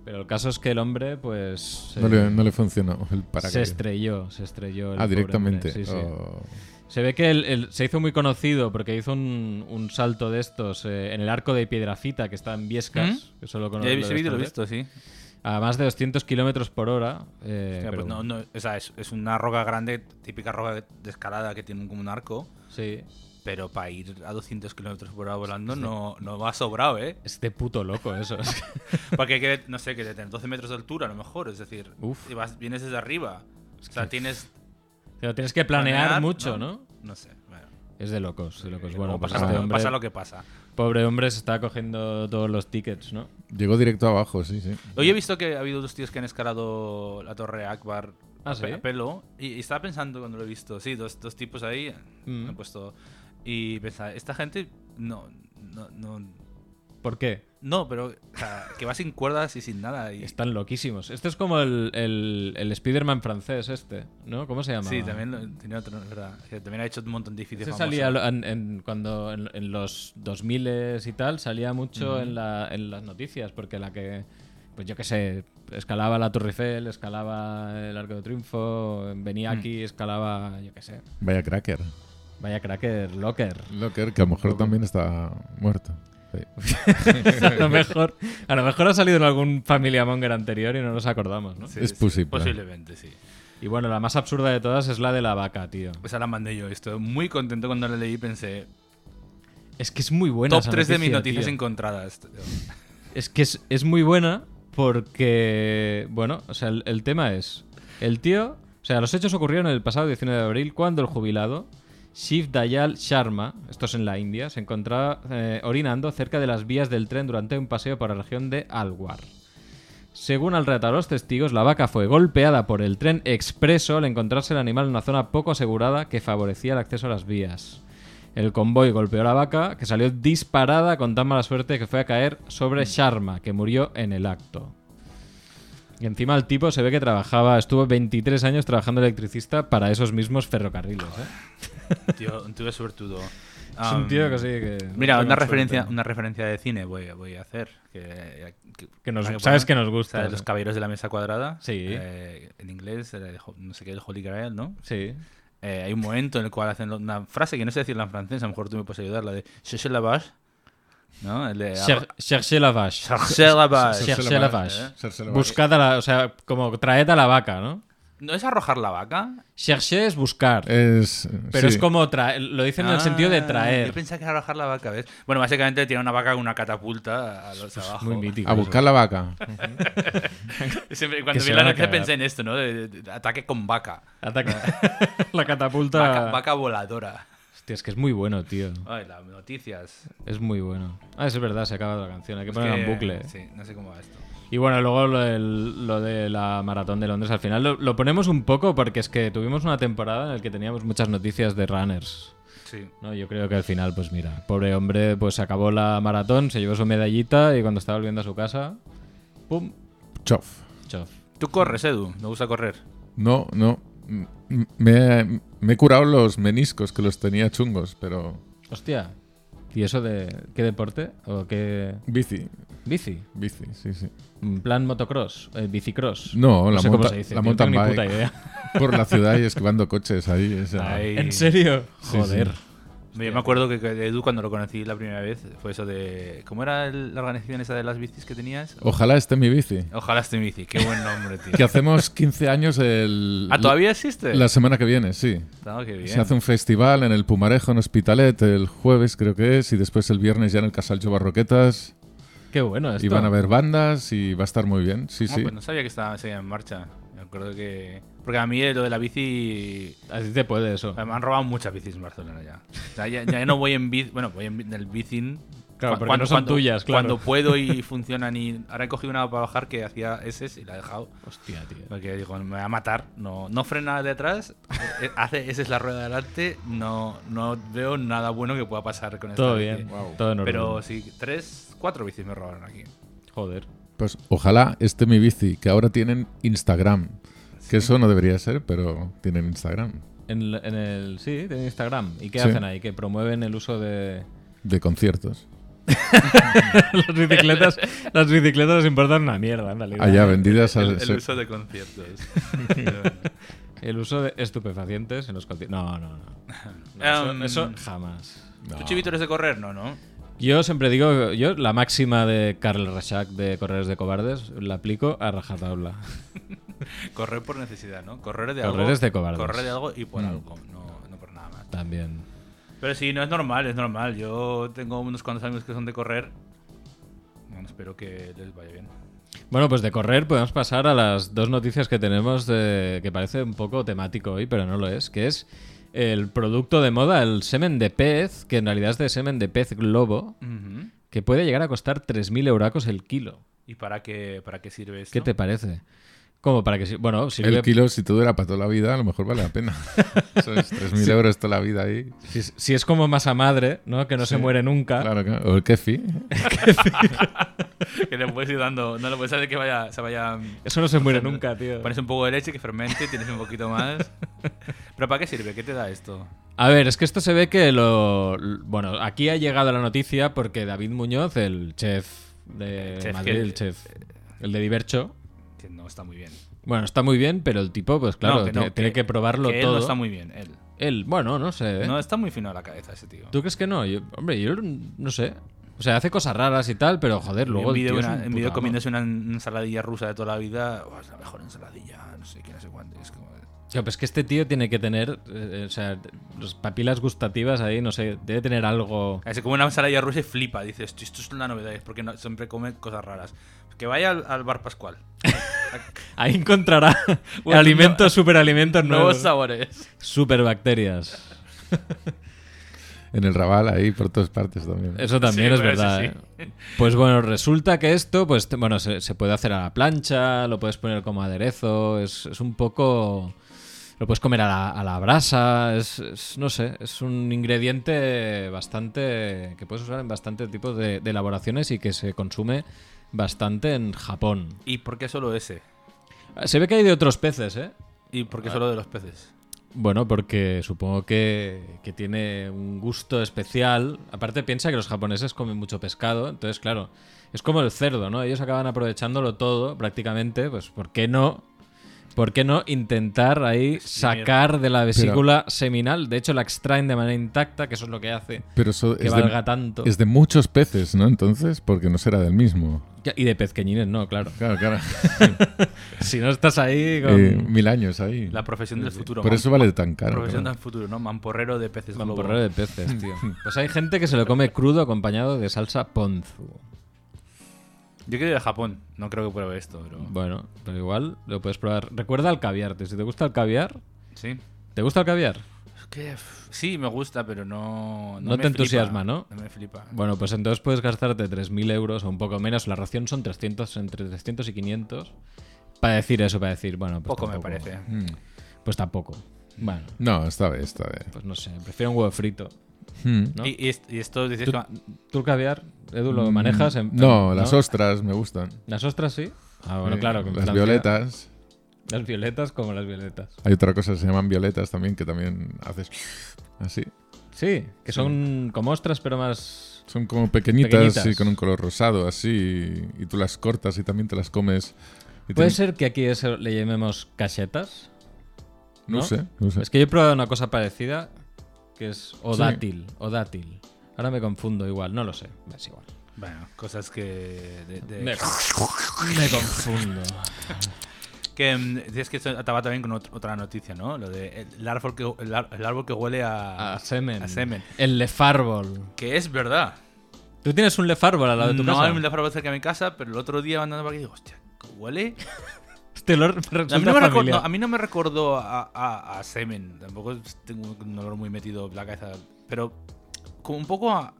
[SPEAKER 1] Pero el caso es que el hombre, pues.
[SPEAKER 3] No,
[SPEAKER 1] eh,
[SPEAKER 3] le, no le funcionó el paracaídas.
[SPEAKER 1] se estrelló, se estrelló. el
[SPEAKER 3] Ah,
[SPEAKER 1] pobre
[SPEAKER 3] directamente.
[SPEAKER 1] hombre. Sí, sí.
[SPEAKER 3] Oh.
[SPEAKER 1] Se ve que él- él se hizo muy conocido porque hizo un, un salto de estos eh, en el arco de Piedrafita que está en Viescas.
[SPEAKER 2] ¿Mm?
[SPEAKER 1] Que solo
[SPEAKER 2] ya he visto
[SPEAKER 1] lo
[SPEAKER 2] el vídeo, lo he
[SPEAKER 1] ves
[SPEAKER 2] visto, sí.
[SPEAKER 1] Eh, a más de 200 kilómetros por hora. eh,
[SPEAKER 2] Hostia,
[SPEAKER 1] pero
[SPEAKER 2] pues no,
[SPEAKER 1] bueno,
[SPEAKER 2] no, o sea, es, es una roca grande, típica roca de escalada que tiene como un arco,
[SPEAKER 1] Sí.
[SPEAKER 2] pero para ir a 200 kilómetros por hora volando no, no va sobrado, ¿eh?
[SPEAKER 1] Es de puto loco eso. es que-
[SPEAKER 2] Porque hay que, no sé, que tener 12 metros de altura a lo mejor, es decir,
[SPEAKER 1] Uf.
[SPEAKER 2] y vas- vienes desde arriba. O sea, tienes.
[SPEAKER 1] pero tienes que planear, mucho, ¿no?
[SPEAKER 2] No sé. Bueno,
[SPEAKER 1] Es de locos, de locos.
[SPEAKER 2] Luego
[SPEAKER 1] Bueno, pues
[SPEAKER 2] pasa,
[SPEAKER 1] este
[SPEAKER 2] lo-
[SPEAKER 1] hombre,
[SPEAKER 2] pasa lo que pasa.
[SPEAKER 1] pobre hombre se está cogiendo todos los tickets, ¿no?
[SPEAKER 3] Llegó directo abajo, sí, sí.
[SPEAKER 2] Hoy he visto que ha habido dos tíos que han escalado la torre Akbar
[SPEAKER 1] Ah,
[SPEAKER 2] a
[SPEAKER 1] ¿sí?
[SPEAKER 2] pe- a pelo. Y, y estaba pensando cuando lo he visto. Sí, dos, dos tipos ahí
[SPEAKER 1] Mm.
[SPEAKER 2] han puesto. Y pensaba, esta gente no. No, no,
[SPEAKER 1] ¿Por qué?
[SPEAKER 2] no, pero o sea, que va sin cuerdas y sin nada. Y,
[SPEAKER 1] Están loquísimos. Este es como el, el, el Spider-Man francés este, ¿no? ¿Cómo se llama?
[SPEAKER 2] sí, también lo- tenía otro, es ¿verdad? Que también ha hecho un montón de edificios.
[SPEAKER 1] Ese
[SPEAKER 2] famosos.
[SPEAKER 1] salía lo- en, en- cuando en, en los 2000 y tal, salía mucho en, la- en las noticias, porque la que, pues yo qué sé, escalaba la Torre Eiffel, escalaba el Arco de Triunfo, venía aquí, escalaba, yo qué sé,
[SPEAKER 3] Vaya cracker.
[SPEAKER 1] vaya cracker, locker.
[SPEAKER 3] Locker, que a lo mejor también está muerto. Sí.
[SPEAKER 1] a, lo mejor, a lo mejor ha salido en algún Familia Monger anterior y no nos acordamos, ¿no?
[SPEAKER 2] Sí,
[SPEAKER 3] Es
[SPEAKER 2] sí,
[SPEAKER 3] posible.
[SPEAKER 2] Posiblemente, sí.
[SPEAKER 1] Y bueno, la más absurda de todas es la de la vaca, tío.
[SPEAKER 2] Pues la mandé yo. Estoy muy contento cuando la leí. Pensé,
[SPEAKER 1] Es que es muy buena.
[SPEAKER 2] top
[SPEAKER 1] esa
[SPEAKER 2] 3 de mis
[SPEAKER 1] noticia,
[SPEAKER 2] noticias
[SPEAKER 1] tío.
[SPEAKER 2] encontradas.
[SPEAKER 1] Es que es, es muy buena porque, bueno, o sea, el, el tema es, el tío, o sea, los hechos ocurrieron el pasado 19 de abril cuando el jubilado Shiv Dayal Sharma, esto es en la India, se encontraba eh, orinando cerca de las vías del tren durante un paseo por la región de Alwar. Según al relatar los testigos, la vaca fue golpeada por el tren expreso al encontrarse el animal en una zona poco asegurada que favorecía el acceso a las vías. El convoy golpeó a la vaca, que salió disparada con tan mala suerte que fue a caer sobre Sharma, que murió en el acto. Y encima el tipo se ve que trabajaba, estuvo 23 años trabajando electricista para esos mismos ferrocarriles. ¿eh?
[SPEAKER 2] Tío, un tío suertudo.
[SPEAKER 1] Es un
[SPEAKER 2] Am,
[SPEAKER 1] tío que sí, que...
[SPEAKER 2] Mira,
[SPEAKER 1] que
[SPEAKER 2] una
[SPEAKER 1] nos
[SPEAKER 2] referencia,
[SPEAKER 1] suelta.
[SPEAKER 2] una referencia de cine voy, voy a hacer. Que,
[SPEAKER 1] Que nos-
[SPEAKER 2] hay poner,
[SPEAKER 1] sabes que nos gusta,
[SPEAKER 2] Ah, ¿sabes?
[SPEAKER 1] sí.
[SPEAKER 2] Los Caballeros de la Mesa Cuadrada.
[SPEAKER 1] Sí.
[SPEAKER 2] eh, en inglés, eh, jo- no sé qué, el Holy Grail, ¿no?
[SPEAKER 1] Sí.
[SPEAKER 2] Eh, hay un momento en el cual hacen lo- una frase que no sé decirla en francés, a lo mejor tú me puedes ayudar, la de Cherchez la vache. ¿No? El de.
[SPEAKER 1] Cher- Cherchez la vache.
[SPEAKER 2] Cherchez la vache.
[SPEAKER 1] Cherchez
[SPEAKER 3] Cherchez
[SPEAKER 1] la
[SPEAKER 3] la
[SPEAKER 1] vache.
[SPEAKER 2] vache,
[SPEAKER 3] Cherchez la vache.
[SPEAKER 1] Buscad a la... O sea, como traed a la vaca, ¿no?
[SPEAKER 2] ¿No es arrojar la vaca?
[SPEAKER 1] Cherchez es buscar.
[SPEAKER 3] Es,
[SPEAKER 1] Pero
[SPEAKER 3] Eh, sí.
[SPEAKER 1] es como traer, lo dicen en el sentido de
[SPEAKER 2] Ah, Yo
[SPEAKER 1] traer.
[SPEAKER 2] pensaba que era arrojar la vaca, ¿ves? Bueno, básicamente tiene una vaca con una catapulta a los de abajo.
[SPEAKER 1] Muy mítico.
[SPEAKER 3] A
[SPEAKER 1] eso.
[SPEAKER 3] buscar la vaca.
[SPEAKER 2] Siempre, cuando
[SPEAKER 1] Que
[SPEAKER 2] vi
[SPEAKER 1] se
[SPEAKER 2] la
[SPEAKER 1] van a
[SPEAKER 2] noticia
[SPEAKER 1] cagar.
[SPEAKER 2] pensé en esto, ¿no? De, de- de ataque con vaca.
[SPEAKER 1] Ataca. la catapulta.
[SPEAKER 2] Vaca, vaca voladora.
[SPEAKER 1] Hostia, es que es muy bueno, tío.
[SPEAKER 2] Ay, las noticias.
[SPEAKER 1] Es muy bueno. Ah, es verdad, se acaba la canción. Hay que
[SPEAKER 2] Es
[SPEAKER 1] ponerla en
[SPEAKER 2] que-
[SPEAKER 1] bucle.
[SPEAKER 2] Sí, no sé cómo va esto.
[SPEAKER 1] Y bueno, luego lo, del- lo de la maratón de Londres al final lo, lo ponemos un poco porque es que tuvimos una temporada en la que teníamos muchas noticias de runners.
[SPEAKER 2] Sí.
[SPEAKER 1] No, yo creo que al final, pues mira, pobre hombre, pues se acabó la maratón, se llevó su medallita y cuando estaba volviendo a su casa, ¡pum!
[SPEAKER 3] Chof.
[SPEAKER 1] ¡chof!
[SPEAKER 2] Tú corres, Edu. Me gusta correr.
[SPEAKER 3] No, no. M- m- Me, me he curado los meniscos que los tenía chungos, pero
[SPEAKER 1] Hostia, ¿y eso de qué deporte? ¿O qué
[SPEAKER 3] bici,
[SPEAKER 1] bici?
[SPEAKER 3] bici, sí, sí.
[SPEAKER 1] En plan motocross, eh, bicicross.
[SPEAKER 3] No, la
[SPEAKER 1] sé cómo
[SPEAKER 3] monta-
[SPEAKER 1] se dice,
[SPEAKER 3] la
[SPEAKER 1] tío, no tengo
[SPEAKER 3] mountain
[SPEAKER 1] ni
[SPEAKER 3] bike.
[SPEAKER 1] puta idea.
[SPEAKER 3] Por la ciudad y esquivando coches ahí. o sea,
[SPEAKER 2] Ay.
[SPEAKER 1] ¿En serio?
[SPEAKER 3] Sí,
[SPEAKER 1] Joder.
[SPEAKER 3] sí.
[SPEAKER 2] Yo me acuerdo que, que Edu, cuando lo conocí la primera vez, fue eso de. ¿Cómo era el- la organización esa de las bicis que tenías?
[SPEAKER 3] Ojalá esté mi bici.
[SPEAKER 2] Ojalá esté en bici. Qué buen nombre,
[SPEAKER 3] Que
[SPEAKER 2] tío.
[SPEAKER 3] hacemos 15 años el...
[SPEAKER 2] ¿Ah, todavía existe?
[SPEAKER 3] La semana que viene, sí.
[SPEAKER 2] No, qué bien.
[SPEAKER 3] Se hace un festival en el Pumarejo, en Hospitalet, el jueves creo que es, y después el viernes ya en el Casalcho Barroquetas.
[SPEAKER 1] Qué bueno esto.
[SPEAKER 3] Y van a haber bandas y va a estar muy bien, sí,
[SPEAKER 2] No,
[SPEAKER 3] sí.
[SPEAKER 2] pues no sabía que estaba seguía en marcha. Me acuerdo que. Porque a mí lo de la bici.
[SPEAKER 1] A ti te puede eso.
[SPEAKER 3] Ah,
[SPEAKER 2] Me han robado muchas bicis en Barcelona ya. O sea, ya, ya no voy en bici. Bueno, voy en, bi- en el bicing.
[SPEAKER 1] Claro,
[SPEAKER 2] Cu-
[SPEAKER 1] porque no son tuyas, claro.
[SPEAKER 2] Cuando puedo y funcionan. Y ahora he cogido una para bajar que hacía S y la he dejado.
[SPEAKER 3] pues,
[SPEAKER 1] Hostia, tío.
[SPEAKER 2] Porque digo, me va a matar. No, no frena detrás. eh, eh, hace esa es la rueda de delante. No, no veo nada bueno que pueda pasar con esta
[SPEAKER 1] Todo
[SPEAKER 2] bici.
[SPEAKER 1] bien, todo normal.
[SPEAKER 2] Pero sí, tres, cuatro bicis me robaron aquí.
[SPEAKER 1] Joder.
[SPEAKER 3] Pues ojalá esté mi bici, que ahora tienen Instagram. Que eso no debería ser, pero tienen Instagram.
[SPEAKER 1] En, la- en el. Sí, de Instagram. ¿Y qué
[SPEAKER 3] Sí.
[SPEAKER 1] hacen ahí? Que promueven el uso de.
[SPEAKER 3] De conciertos.
[SPEAKER 1] las bicicletas. las bicicletas les importan una mierda, en realidad.
[SPEAKER 3] Allá vendidas
[SPEAKER 2] El,
[SPEAKER 3] al...
[SPEAKER 2] el
[SPEAKER 3] se-
[SPEAKER 2] uso de conciertos.
[SPEAKER 1] El uso de estupefacientes en los conciertos. No, no, no. No,
[SPEAKER 2] Em,
[SPEAKER 1] eso, eso jamás.
[SPEAKER 2] ¿Tú, Chivito, eres de correr? No, ¿no?
[SPEAKER 1] Yo siempre digo, yo la máxima de Karl Rashak de Correos de Cobardes la aplico a rajatabla.
[SPEAKER 2] Correr por necesidad, ¿no? Correr de
[SPEAKER 1] Correr
[SPEAKER 2] algo.
[SPEAKER 1] es de cobardes. Mm.
[SPEAKER 2] Correr de algo y por algo, no, no por nada más.
[SPEAKER 1] También.
[SPEAKER 2] Pero sí, no es normal, es normal. Yo tengo unos cuantos amigos que son de correr. Bueno, espero que les vaya bien.
[SPEAKER 1] Bueno, pues de correr podemos pasar a las dos noticias que tenemos de- que parece un poco temático hoy, pero no lo es, que es el producto de moda, el semen de pez, que en realidad es de semen de pez globo,
[SPEAKER 2] Ujú.
[SPEAKER 1] que puede llegar a costar 3.000 euracos el kilo.
[SPEAKER 2] ¿Y para qué, para qué sirve esto?
[SPEAKER 1] ¿Qué te parece? Como para que... si- Bueno, sirve...
[SPEAKER 3] El kilo, si te dura para toda la vida, a lo mejor vale la pena. Eso es 3.000 euros toda la vida ahí.
[SPEAKER 1] Si, es- si es como masa madre, ¿no? Que no se muere
[SPEAKER 2] Ah.
[SPEAKER 1] nunca.
[SPEAKER 3] Claro, que O el kefi.
[SPEAKER 2] que le puedes ir dando. No le puedes hacer que vaya, se vaya.
[SPEAKER 1] Eso no se muere nunca, tío.
[SPEAKER 2] Pones un poco de leche que fermente, tienes un poquito más. ¿Pero para qué sirve? ¿Qué te da esto?
[SPEAKER 1] A ver, es que esto se ve que lo. l- Bueno, aquí ha llegado la noticia porque David Muñoz, el chef de
[SPEAKER 2] El chef
[SPEAKER 1] Madrid,
[SPEAKER 2] que-
[SPEAKER 1] el chef. El de Divercho.
[SPEAKER 2] Que no está muy bien.
[SPEAKER 1] Bueno, está muy bien, pero el tipo, pues claro,
[SPEAKER 2] No, que no,
[SPEAKER 1] tiene, tiene que probarlo
[SPEAKER 2] que
[SPEAKER 1] todo.
[SPEAKER 2] Él no está muy bien, él.
[SPEAKER 1] Él, bueno, no sé. ¿eh?
[SPEAKER 2] No está muy fino a la cabeza ese tío.
[SPEAKER 1] ¿Tú crees que no? Yo- hombre, yo no sé. O sea, hace cosas raras y tal, pero joder, luego.
[SPEAKER 2] en
[SPEAKER 1] el
[SPEAKER 2] video,
[SPEAKER 1] tío es
[SPEAKER 2] una-
[SPEAKER 1] un
[SPEAKER 2] en video
[SPEAKER 1] puto amo.
[SPEAKER 2] comiéndose una ensaladilla rusa de toda la vida, "Buah, es la mejor ensaladilla, no sé qué, no sé cuánto. Es como...
[SPEAKER 1] Claro, pero es que este tío tiene que tener. eh, eh, o sea, las papilas gustativas ahí, no sé, debe tener algo.
[SPEAKER 2] Se come una ensaladilla rusa y flipa, dice, esto, esto es una novedad, es porque no- siempre come cosas raras. Que vaya al, al bar Pascual.
[SPEAKER 1] Ahí encontrará
[SPEAKER 2] Bueno,
[SPEAKER 1] alimentos, superalimentos
[SPEAKER 2] Nuevos
[SPEAKER 1] nuevos.
[SPEAKER 2] sabores.
[SPEAKER 1] Superbacterias.
[SPEAKER 3] En el Raval, ahí, por todas partes también.
[SPEAKER 1] Eso también
[SPEAKER 2] Sí,
[SPEAKER 1] es
[SPEAKER 2] bueno,
[SPEAKER 1] verdad.
[SPEAKER 2] eso
[SPEAKER 1] ¿eh? Pues bueno, resulta que esto, pues te- bueno, se, se puede hacer a la plancha, lo puedes poner como aderezo, es, es un poco. Lo puedes comer a la, a la brasa, es, es- no sé, es un ingrediente bastante. que puedes usar en bastante tipos de, de elaboraciones y que se consume bastante en Japón.
[SPEAKER 2] ¿Y por qué solo ese?
[SPEAKER 1] Se ve que hay de otros peces, ¿eh?
[SPEAKER 2] ¿Y por qué solo de los peces?
[SPEAKER 1] Bueno, porque supongo que, que tiene un gusto especial. Aparte, piensa que los japoneses comen mucho pescado, entonces, claro, es como el cerdo, ¿no? Ellos acaban aprovechándolo todo prácticamente, pues, ¿por qué no? ¿Por qué no intentar ahí sacar de la vesícula seminal? De hecho, la extraen de manera intacta, que eso es lo que hace
[SPEAKER 3] Pero eso
[SPEAKER 1] que
[SPEAKER 3] es de,
[SPEAKER 1] valga tanto.
[SPEAKER 3] es de muchos peces, ¿no? Entonces, porque no será del mismo.
[SPEAKER 1] Y de pezqueñines, no, claro.
[SPEAKER 3] Claro, claro.
[SPEAKER 1] Si no estás ahí con...
[SPEAKER 3] Eh, mil años ahí.
[SPEAKER 2] La profesión del futuro.
[SPEAKER 3] Por
[SPEAKER 2] man-
[SPEAKER 3] eso vale tan caro.
[SPEAKER 2] Profesión
[SPEAKER 3] claro.
[SPEAKER 2] del futuro, ¿no? Mamporrero de peces globo.
[SPEAKER 1] Mamporrero de peces, tío. Pues hay gente que se lo come crudo acompañado de salsa ponzu.
[SPEAKER 2] Yo quiero ir a Japón. No creo que pruebe esto, pero...
[SPEAKER 1] Bueno, pero igual lo puedes probar. Recuerda el caviar, tío. Si te gusta el caviar,
[SPEAKER 2] Sí.
[SPEAKER 1] ¿te gusta el caviar?
[SPEAKER 2] Es que... f- Sí, me gusta, pero no...
[SPEAKER 1] No
[SPEAKER 2] me
[SPEAKER 1] te
[SPEAKER 2] flipa.
[SPEAKER 1] entusiasma, ¿no?
[SPEAKER 2] No me flipa.
[SPEAKER 1] Bueno, pues entonces puedes gastarte 3.000 euros o un poco menos. La ración son 300, entre 300 y 500. Para decir eso, para decir, bueno, pues
[SPEAKER 2] Poco me
[SPEAKER 1] tampoco.
[SPEAKER 2] parece.
[SPEAKER 3] Mm.
[SPEAKER 1] Pues tampoco. Bueno,
[SPEAKER 3] No, está bien, está bien.
[SPEAKER 1] pues no sé. Prefiero un huevo frito.
[SPEAKER 3] Mm.
[SPEAKER 1] ¿no?
[SPEAKER 2] Y, y est- y esto dices
[SPEAKER 1] ¿Tú,
[SPEAKER 2] que va-
[SPEAKER 1] tú el caviar, Edu, lo manejas? en-
[SPEAKER 3] No, las ostras me gustan.
[SPEAKER 1] ¿Las ostras sí? Ah, bueno,
[SPEAKER 3] Eh,
[SPEAKER 1] claro. que en
[SPEAKER 3] Las
[SPEAKER 1] Francia-
[SPEAKER 3] violetas.
[SPEAKER 1] Las violetas como las violetas.
[SPEAKER 3] Hay otra cosa que se llaman violetas también, que también haces así.
[SPEAKER 1] Sí, que son como ostras, pero más.
[SPEAKER 3] Son como pequeñitas,
[SPEAKER 1] Pequeñitas.
[SPEAKER 3] y con un color rosado, así. Y tú las cortas y también te las comes. Y
[SPEAKER 1] ¿Puede
[SPEAKER 3] tienen-
[SPEAKER 1] ser que aquí eso le llamemos cachetas?
[SPEAKER 3] No,
[SPEAKER 1] no?
[SPEAKER 3] sé, no sé.
[SPEAKER 1] Es que yo he probado una cosa parecida que es o
[SPEAKER 3] Sí.
[SPEAKER 1] dátil, o dátil. Ahora me confundo igual, no lo sé. Es igual.
[SPEAKER 2] Bueno, cosas que... de- de-
[SPEAKER 1] Me, me confundo.
[SPEAKER 2] Que mm, es que esto ataba también con ot- otra noticia, ¿no? Lo de el árbol que, el ar- el árbol que huele a,
[SPEAKER 1] A semen.
[SPEAKER 2] a semen.
[SPEAKER 1] El lefárbol.
[SPEAKER 2] Que es verdad.
[SPEAKER 1] ¿Tú tienes un lefárbol al lado de tu
[SPEAKER 2] No
[SPEAKER 1] casa?
[SPEAKER 2] hay un árbol cerca de mi casa, pero el otro día andando por aquí digo, hostia, huele.
[SPEAKER 1] Este olor
[SPEAKER 2] A mí, no me
[SPEAKER 1] resulta
[SPEAKER 2] recordó,
[SPEAKER 1] familiar.
[SPEAKER 2] a mí no me recordó a, a- a semen. Tampoco es- tengo un olor muy metido en la cabeza. Pero como un poco a...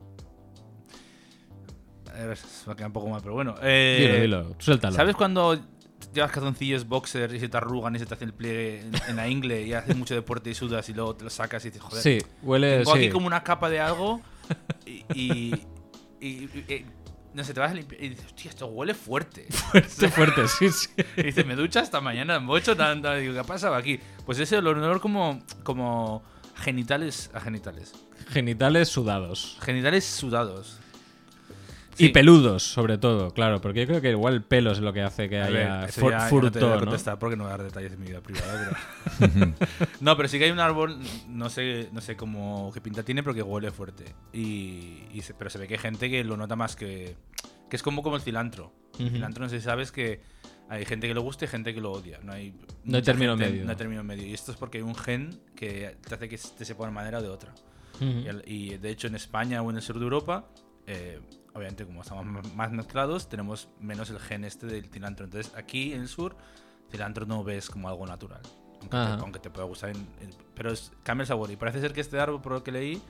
[SPEAKER 2] a ver, se me queda un poco mal, pero bueno. Eh,
[SPEAKER 1] Dilo, dilo, suéltalo.
[SPEAKER 2] ¿Sabes cuando llevas calzoncillos boxer y se te arrugan y se te hace el pliegue en, en la ingle y haces mucho deporte y sudas y luego te lo sacas y dices, joder,
[SPEAKER 1] Sí, huele.
[SPEAKER 2] tengo aquí
[SPEAKER 1] sí.
[SPEAKER 2] como una capa de algo y, y- y- y- y- no sé, te vas a limpiar y dices, hostia, esto huele fuerte.
[SPEAKER 1] Fuerte, fuerte, sí, sí.
[SPEAKER 2] Y dices, me ducho hasta mañana, me he hecho tanta, digo, ¿qué ha pasado aquí? Pues ese olor, un olor como, como genitales, a genitales,
[SPEAKER 1] Genitales sudados.
[SPEAKER 2] genitales sudados.
[SPEAKER 1] Y peludos, sobre todo, claro, porque yo creo que igual el pelo es lo que hace que
[SPEAKER 2] A
[SPEAKER 1] haya
[SPEAKER 2] ver, eso
[SPEAKER 1] fu-
[SPEAKER 2] ya- ya no te voy a
[SPEAKER 1] furto, ¿no?
[SPEAKER 2] contestar porque no voy a dar detalles de mi vida privada. pero- no, pero sí que hay un árbol, no sé, no sé cómo qué pinta tiene, pero que huele fuerte. Y, y se- pero se ve que hay gente que lo nota más que que es como como el cilantro. El
[SPEAKER 1] Ujú.
[SPEAKER 2] cilantro no sé si sabes que hay gente que lo gusta y gente que lo odia. No hay
[SPEAKER 1] No hay
[SPEAKER 2] mucha
[SPEAKER 1] término
[SPEAKER 2] gente-
[SPEAKER 1] medio.
[SPEAKER 2] No hay término medio. Y esto es porque hay un gen que te hace que te sepa de una manera o de otra.
[SPEAKER 1] Ujú.
[SPEAKER 2] Y, al- y, de hecho en España o en el sur de Europa, eh, obviamente como estamos m- más mezclados, tenemos menos el gen este del cilantro. Entonces aquí en el sur, cilantro no ves como algo natural. Aunque, te,
[SPEAKER 1] Ajá.
[SPEAKER 2] aunque te pueda gustar, en- en- pero es- cambia el sabor. Y parece ser que este árbol, por lo que leí,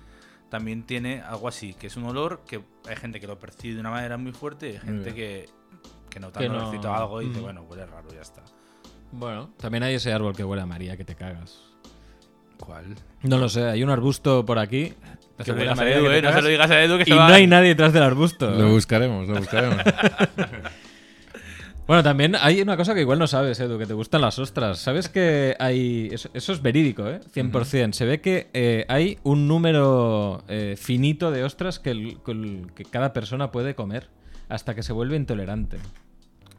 [SPEAKER 2] también tiene algo así, que es un olor que hay gente que lo percibe de una manera muy fuerte y hay gente que, que nota
[SPEAKER 1] Que
[SPEAKER 2] un
[SPEAKER 1] no.
[SPEAKER 2] olorcito a algo y dice,
[SPEAKER 1] Ujú.
[SPEAKER 2] bueno, huele raro, ya está.
[SPEAKER 1] Bueno, también hay ese árbol que huele a María que te cagas.
[SPEAKER 2] ¿Cuál?
[SPEAKER 1] No lo sé, hay un arbusto por aquí
[SPEAKER 2] No
[SPEAKER 1] que
[SPEAKER 2] se lo
[SPEAKER 1] huele a
[SPEAKER 2] digas a
[SPEAKER 1] María
[SPEAKER 2] Edu,
[SPEAKER 1] que
[SPEAKER 2] eh, no
[SPEAKER 1] te
[SPEAKER 2] se
[SPEAKER 1] cagas
[SPEAKER 2] lo digas a Edu que se
[SPEAKER 1] y
[SPEAKER 2] va-
[SPEAKER 1] no hay nadie detrás del arbusto.
[SPEAKER 3] Lo buscaremos, lo buscaremos.
[SPEAKER 1] Bueno, también hay una cosa que igual no sabes, Edu, que te gustan las ostras. ¿Sabes que hay... Eso, eso es verídico, ¿eh? 100%. Se ve que eh, hay un número eh, finito de ostras que, el- que el- que cada persona puede comer hasta que se vuelve intolerante.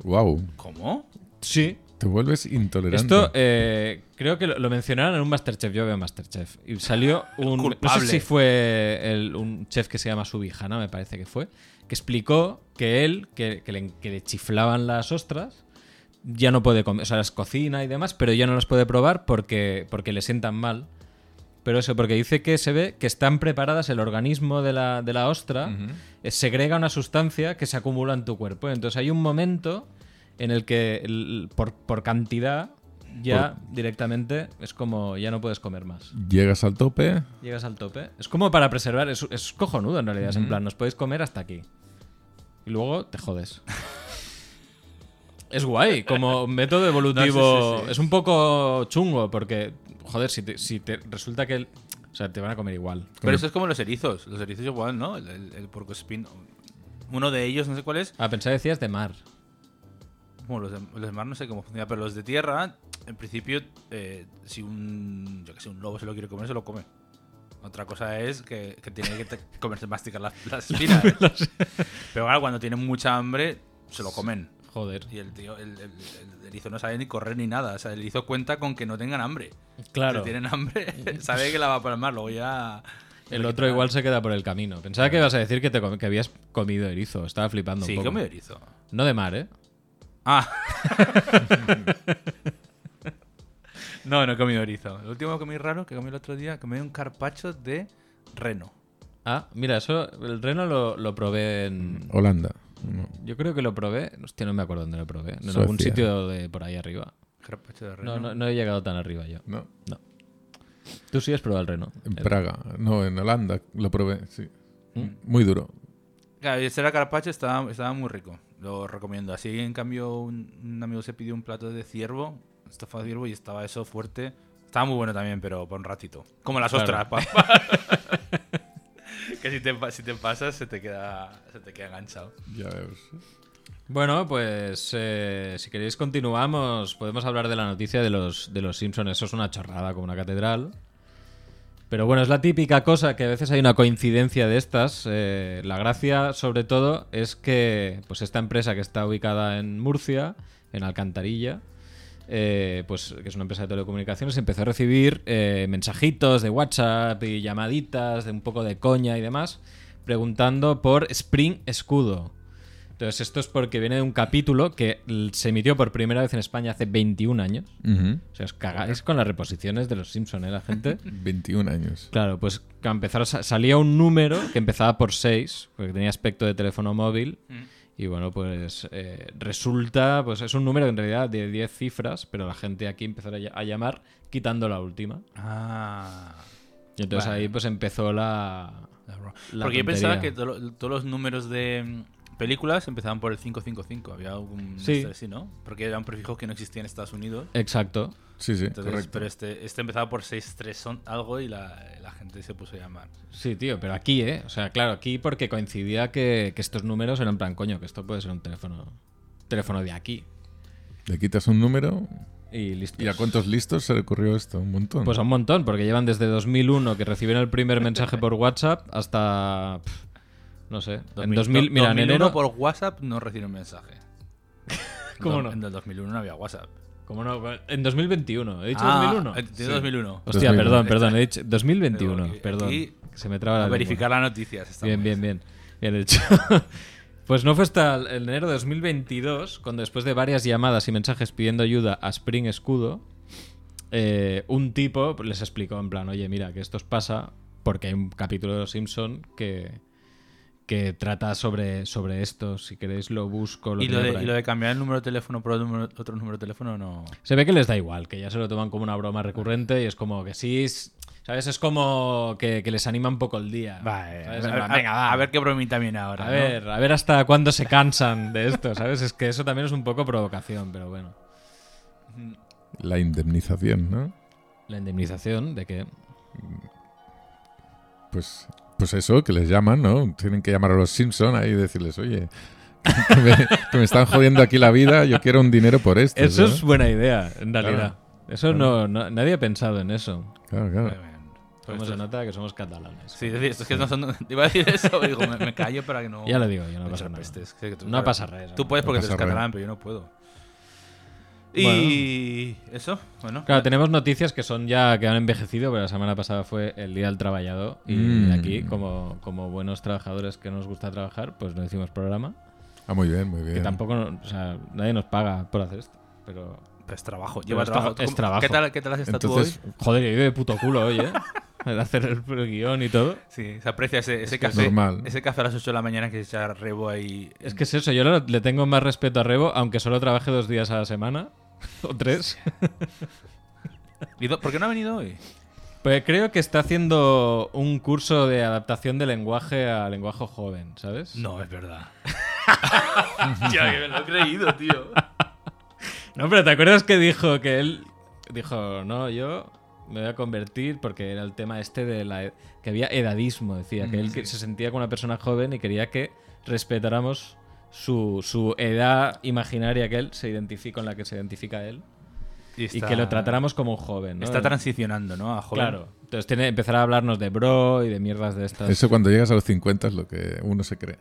[SPEAKER 3] wow,
[SPEAKER 2] ¿Cómo?
[SPEAKER 1] Sí,
[SPEAKER 3] te vuelves intolerante.
[SPEAKER 1] Esto eh, creo que lo, lo mencionaron en un Masterchef. Yo veo Masterchef. Y salió un. No sé
[SPEAKER 2] culpable.
[SPEAKER 1] si fue el- un chef que se llama Subijana, me parece que fue. Que explicó que él, que, que le, que le chiflaban las ostras, ya no puede comer. O sea, las cocina y demás, pero ya no las puede probar porque, porque le sientan mal. Pero eso, porque dice que se ve que están preparadas, el organismo de la, de la ostra eh, segrega una sustancia que se acumula en tu cuerpo. Entonces hay un momento en el que el- por, por cantidad ya directamente es como ya no puedes comer más.
[SPEAKER 3] Llegas al tope.
[SPEAKER 1] Llegas al tope. Es como para preservar, es, es cojonudo en realidad, es en plan, nos podéis comer hasta aquí. Y luego te jodes. es guay, como método evolutivo.
[SPEAKER 2] No, sí, sí, sí.
[SPEAKER 1] Es un poco chungo porque, joder, si te, si te resulta que... el- o sea, te van a comer igual.
[SPEAKER 2] Pero eso es como los erizos. Los erizos igual, ¿no? El, el, el porcoespín. Uno de ellos, no sé cuál es.
[SPEAKER 1] Ah, pensaba que decías de mar.
[SPEAKER 2] Bueno, los de, los de mar no sé cómo funciona, pero los de tierra, en principio, eh, si un, yo que sé, un lobo se lo quiere comer, se lo come. Otra cosa es que, que tiene que te- comerse, masticar las, las espinas. pero claro, cuando tienen mucha hambre, se lo comen.
[SPEAKER 1] Joder.
[SPEAKER 2] Y el tío, el, el- el erizo no sabe ni correr ni nada. O sea, el erizo cuenta con que no tengan hambre.
[SPEAKER 1] Claro.
[SPEAKER 2] Si tienen hambre, sabe que la va a palmar. Luego ya.
[SPEAKER 1] El otro igual se queda por el camino. Pensaba que ibas a decir que, te com- que habías comido erizo. Estaba flipando
[SPEAKER 2] Sí,
[SPEAKER 1] un poco.
[SPEAKER 2] come erizo.
[SPEAKER 1] No de mar, ¿eh?
[SPEAKER 2] Ah. no, no he comido erizo. Lo último que comí raro, que comí el otro día, comí un carpacho de reno.
[SPEAKER 1] Ah, mira, eso, el reno lo, lo probé en...
[SPEAKER 3] Holanda. No.
[SPEAKER 1] Yo creo que lo probé... Hostia, no me acuerdo dónde lo probé. En
[SPEAKER 3] Suecia.
[SPEAKER 1] algún sitio de por ahí arriba.
[SPEAKER 2] Carpacho de reno.
[SPEAKER 1] No, no, no he llegado tan arriba yo.
[SPEAKER 3] No,
[SPEAKER 1] Tú sí has probado el reno.
[SPEAKER 3] en
[SPEAKER 1] El-
[SPEAKER 3] Praga. No, en Holanda lo probé, sí.
[SPEAKER 1] ¿Mm?
[SPEAKER 3] Muy duro.
[SPEAKER 2] Claro, ese era carpacho, estaba, estaba muy rico. Lo recomiendo. Así, en cambio, un, un amigo se pidió un plato de ciervo, estofado de ciervo, y estaba eso fuerte. Estaba muy bueno también, pero por un ratito. Como las
[SPEAKER 1] Claro.
[SPEAKER 2] ostras, papá. que si te, pa- si te pasas, se te queda, se te queda enganchado.
[SPEAKER 3] Ya ves.
[SPEAKER 1] Bueno, pues eh, si queréis continuamos, podemos hablar de la noticia de los, de los Simpsons. Eso es una chorrada como una catedral. Pero bueno, es la típica cosa que a veces hay una coincidencia de estas. Eh, la gracia, sobre todo, es que pues esta empresa que está ubicada en Murcia, en Alcantarilla, eh, pues que es una empresa de telecomunicaciones, empezó a recibir eh, mensajitos de WhatsApp y llamaditas de un poco de coña y demás, preguntando por Spring Escudo. Entonces, esto es porque viene de un capítulo que l- se emitió por primera vez en España hace 21 años. O sea, os cagáis con las reposiciones de los Simpsons, ¿eh? La gente.
[SPEAKER 3] 21 años.
[SPEAKER 1] Claro, pues que a empezar, sa- salía un número que empezaba por 6, porque tenía aspecto de teléfono móvil. Y bueno, pues eh, resulta, pues es un número en realidad de 10 cifras, pero la gente aquí empezó a ll- a llamar quitando la última.
[SPEAKER 2] Ah.
[SPEAKER 1] Y entonces
[SPEAKER 2] Vale.
[SPEAKER 1] ahí pues empezó la...
[SPEAKER 2] La bro-
[SPEAKER 1] La
[SPEAKER 2] Porque yo
[SPEAKER 1] tontería.
[SPEAKER 2] pensaba que todo lo- todos los números de mm, películas empezaban por el 555. Había algún
[SPEAKER 1] Sí.
[SPEAKER 2] este así, ¿no? Porque eran prefijos que no existían en Estados Unidos.
[SPEAKER 1] Exacto.
[SPEAKER 3] Sí, sí,
[SPEAKER 2] Entonces,
[SPEAKER 3] correcto.
[SPEAKER 2] pero este, este empezaba por 6-3 son algo y la, la gente se puso a llamar.
[SPEAKER 1] Sí, tío, pero aquí, ¿eh? O sea, claro, aquí porque coincidía que, que estos números eran en plan, coño, que esto puede ser un teléfono teléfono de aquí.
[SPEAKER 3] Le quitas un número.
[SPEAKER 1] Y listo.
[SPEAKER 3] ¿Y a cuántos listos se le ocurrió esto? Un montón.
[SPEAKER 1] Pues a un montón, porque llevan desde 2001 que recibieron el primer mensaje por WhatsApp hasta... pf, no sé. en
[SPEAKER 2] 2000
[SPEAKER 1] 2000, mira, en
[SPEAKER 2] 2001
[SPEAKER 1] enero...
[SPEAKER 2] por WhatsApp no recibe un mensaje.
[SPEAKER 1] ¿Cómo
[SPEAKER 2] En-
[SPEAKER 1] no?
[SPEAKER 2] En el 2001 no había WhatsApp.
[SPEAKER 1] ¿Cómo no? En 2021. ¿He dicho
[SPEAKER 2] Ah,
[SPEAKER 1] 2001?
[SPEAKER 2] eh, de
[SPEAKER 1] Sí.
[SPEAKER 2] 2001.
[SPEAKER 1] Hostia,
[SPEAKER 3] 2001.
[SPEAKER 1] perdón, perdón. He dicho 2021.
[SPEAKER 2] Aquí-
[SPEAKER 1] perdón.
[SPEAKER 2] eh, aquí-
[SPEAKER 1] se me traba la
[SPEAKER 2] A
[SPEAKER 1] lengua.
[SPEAKER 2] verificar las noticias. está
[SPEAKER 1] Bien,
[SPEAKER 2] muy
[SPEAKER 1] bien, bien. Bien hecho. Pues no fue hasta el el enero de 2022 cuando después de varias llamadas y mensajes pidiendo ayuda a Spring Escudo, eh, un tipo les explicó en plan, oye, mira, que esto os pasa porque hay un capítulo de Los Simpson que, que trata sobre, sobre esto. Si queréis lo busco. Lo
[SPEAKER 2] ¿Y, lo
[SPEAKER 1] tengo por
[SPEAKER 2] de,
[SPEAKER 1] ahí".
[SPEAKER 2] y lo de cambiar el número de teléfono por otro número, otro número de teléfono no.
[SPEAKER 1] Se ve que les da igual, que ya se lo toman como una broma recurrente y es como que sí, es- ¿sabes? Es como que, que les anima un poco el día. ¿sabes? En
[SPEAKER 2] a,
[SPEAKER 1] plan,
[SPEAKER 2] a-
[SPEAKER 1] venga, va.
[SPEAKER 2] a ver qué bromita viene ahora.
[SPEAKER 1] A
[SPEAKER 2] ¿no?
[SPEAKER 1] ver, a ver hasta cuándo se cansan de esto, ¿sabes? Es que eso también es un poco provocación, pero bueno.
[SPEAKER 3] La indemnización, ¿no?
[SPEAKER 1] La indemnización de que...
[SPEAKER 3] Pues, pues eso, que les llaman, ¿no? Tienen que llamar a los Simpson ahí y decirles, oye, que me, que me están jodiendo aquí la vida, yo quiero un dinero por esto.
[SPEAKER 1] Eso
[SPEAKER 2] Pues
[SPEAKER 1] es
[SPEAKER 3] ¿no?
[SPEAKER 1] buena idea, en realidad. Eso no, no- nadie ha pensado en eso.
[SPEAKER 3] Claro,
[SPEAKER 2] Muy
[SPEAKER 3] claro.
[SPEAKER 2] bien. Pues
[SPEAKER 1] Como
[SPEAKER 2] esto
[SPEAKER 1] se
[SPEAKER 2] es-
[SPEAKER 1] nota que somos catalanes.
[SPEAKER 2] Sí, es decir, esto es que no son. Te iba a decir eso, pero digo, me, me callo para que no. este
[SPEAKER 1] Ya lo digo, yo no
[SPEAKER 2] no pasa
[SPEAKER 1] pasa nada.
[SPEAKER 2] pestes. Que tú-
[SPEAKER 1] No
[SPEAKER 2] claro,
[SPEAKER 1] pasa res,
[SPEAKER 2] Tú
[SPEAKER 1] no.
[SPEAKER 2] puedes porque
[SPEAKER 3] No
[SPEAKER 2] tú eres
[SPEAKER 3] pasa res.
[SPEAKER 2] catalán, pero yo no puedo. Y. Eso, bueno.
[SPEAKER 1] Claro, tenemos noticias que son ya que han envejecido, pero la semana pasada fue el Día del Trabajador y
[SPEAKER 3] Mm.
[SPEAKER 1] aquí, como, como buenos trabajadores que nos gusta trabajar, pues no hicimos programa.
[SPEAKER 3] Ah, muy bien, muy bien.
[SPEAKER 1] Que tampoco, o sea, nadie nos paga por hacer esto, pero...
[SPEAKER 2] Pero es trabajo. Lleva
[SPEAKER 1] es tra-
[SPEAKER 2] trabajo.
[SPEAKER 1] es
[SPEAKER 2] ¿Cómo-
[SPEAKER 1] trabajo.
[SPEAKER 2] ¿Qué tal, qué tal has estado tú
[SPEAKER 3] Entonces,
[SPEAKER 2] hoy?
[SPEAKER 1] Joder, yo he ido de puto culo hoy, ¿eh? De hacer el guión y todo.
[SPEAKER 2] Sí, se aprecia ese, ese
[SPEAKER 3] que es
[SPEAKER 2] café.
[SPEAKER 3] normal.
[SPEAKER 2] Ese café a las 8 de la mañana que se echa rebo ahí.
[SPEAKER 1] Es que es eso, yo le le tengo más respeto a Rebo, aunque solo trabaje dos días a la semana, o tres.
[SPEAKER 2] ¿Y do- ¿Por qué no ha venido hoy?
[SPEAKER 1] Pues creo que está haciendo un curso de adaptación de lenguaje a lenguaje joven, ¿sabes?
[SPEAKER 2] No, es verdad. Tío, que me lo he creído, tío.
[SPEAKER 1] No, pero ¿te acuerdas que dijo que él dijo, no, yo me voy a convertir porque era el tema este de la ed-
[SPEAKER 2] Mm.
[SPEAKER 1] que había edadismo, decía, que él que se sentía como una persona joven y quería que respetáramos su, su edad imaginaria que él se identifica con la que se identifica él y
[SPEAKER 2] está-
[SPEAKER 1] que lo tratáramos como un joven. ¿no?
[SPEAKER 2] Está transicionando, ¿no? A joven.
[SPEAKER 1] Claro. Entonces tiene, empezar a hablarnos de bro y de mierdas de estas.
[SPEAKER 3] Eso cuando llegas a los 50 es lo que uno se cree.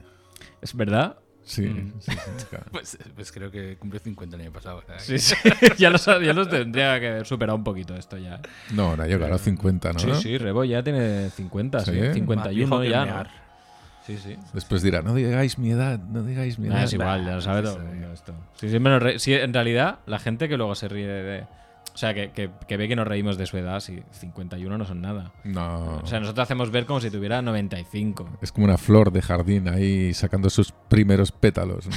[SPEAKER 1] ¿Es verdad?
[SPEAKER 3] Sí,
[SPEAKER 1] Mm.
[SPEAKER 3] sí, sí, claro.
[SPEAKER 2] Pues, pues creo que cumplió 50 el año pasado. ¿verdad?
[SPEAKER 1] Sí, sí. ya, los, ya los tendría que haber superado un poquito esto ya.
[SPEAKER 3] No, no llega a los 50, ¿no?
[SPEAKER 1] Sí, sí, Rebo ya tiene 50, sí,
[SPEAKER 3] Sí. Más
[SPEAKER 2] viejo
[SPEAKER 1] 51
[SPEAKER 2] que
[SPEAKER 1] ya.
[SPEAKER 2] mear.
[SPEAKER 1] ¿no? Sí, sí.
[SPEAKER 3] Después dirá, no digáis mi edad, no digáis mi
[SPEAKER 1] Nah,
[SPEAKER 3] edad.
[SPEAKER 1] Ah, es igual, ya lo sabe todo el mundo esto. Sí, sí, menos re- sí, en realidad, la gente que luego se ríe de. O sea, que, que- que ve que nos reímos de su edad, si 51 no son nada.
[SPEAKER 3] No.
[SPEAKER 1] O sea, nosotros hacemos ver como si tuviera 95.
[SPEAKER 3] Es como una flor de jardín ahí sacando sus primeros pétalos, ¿no?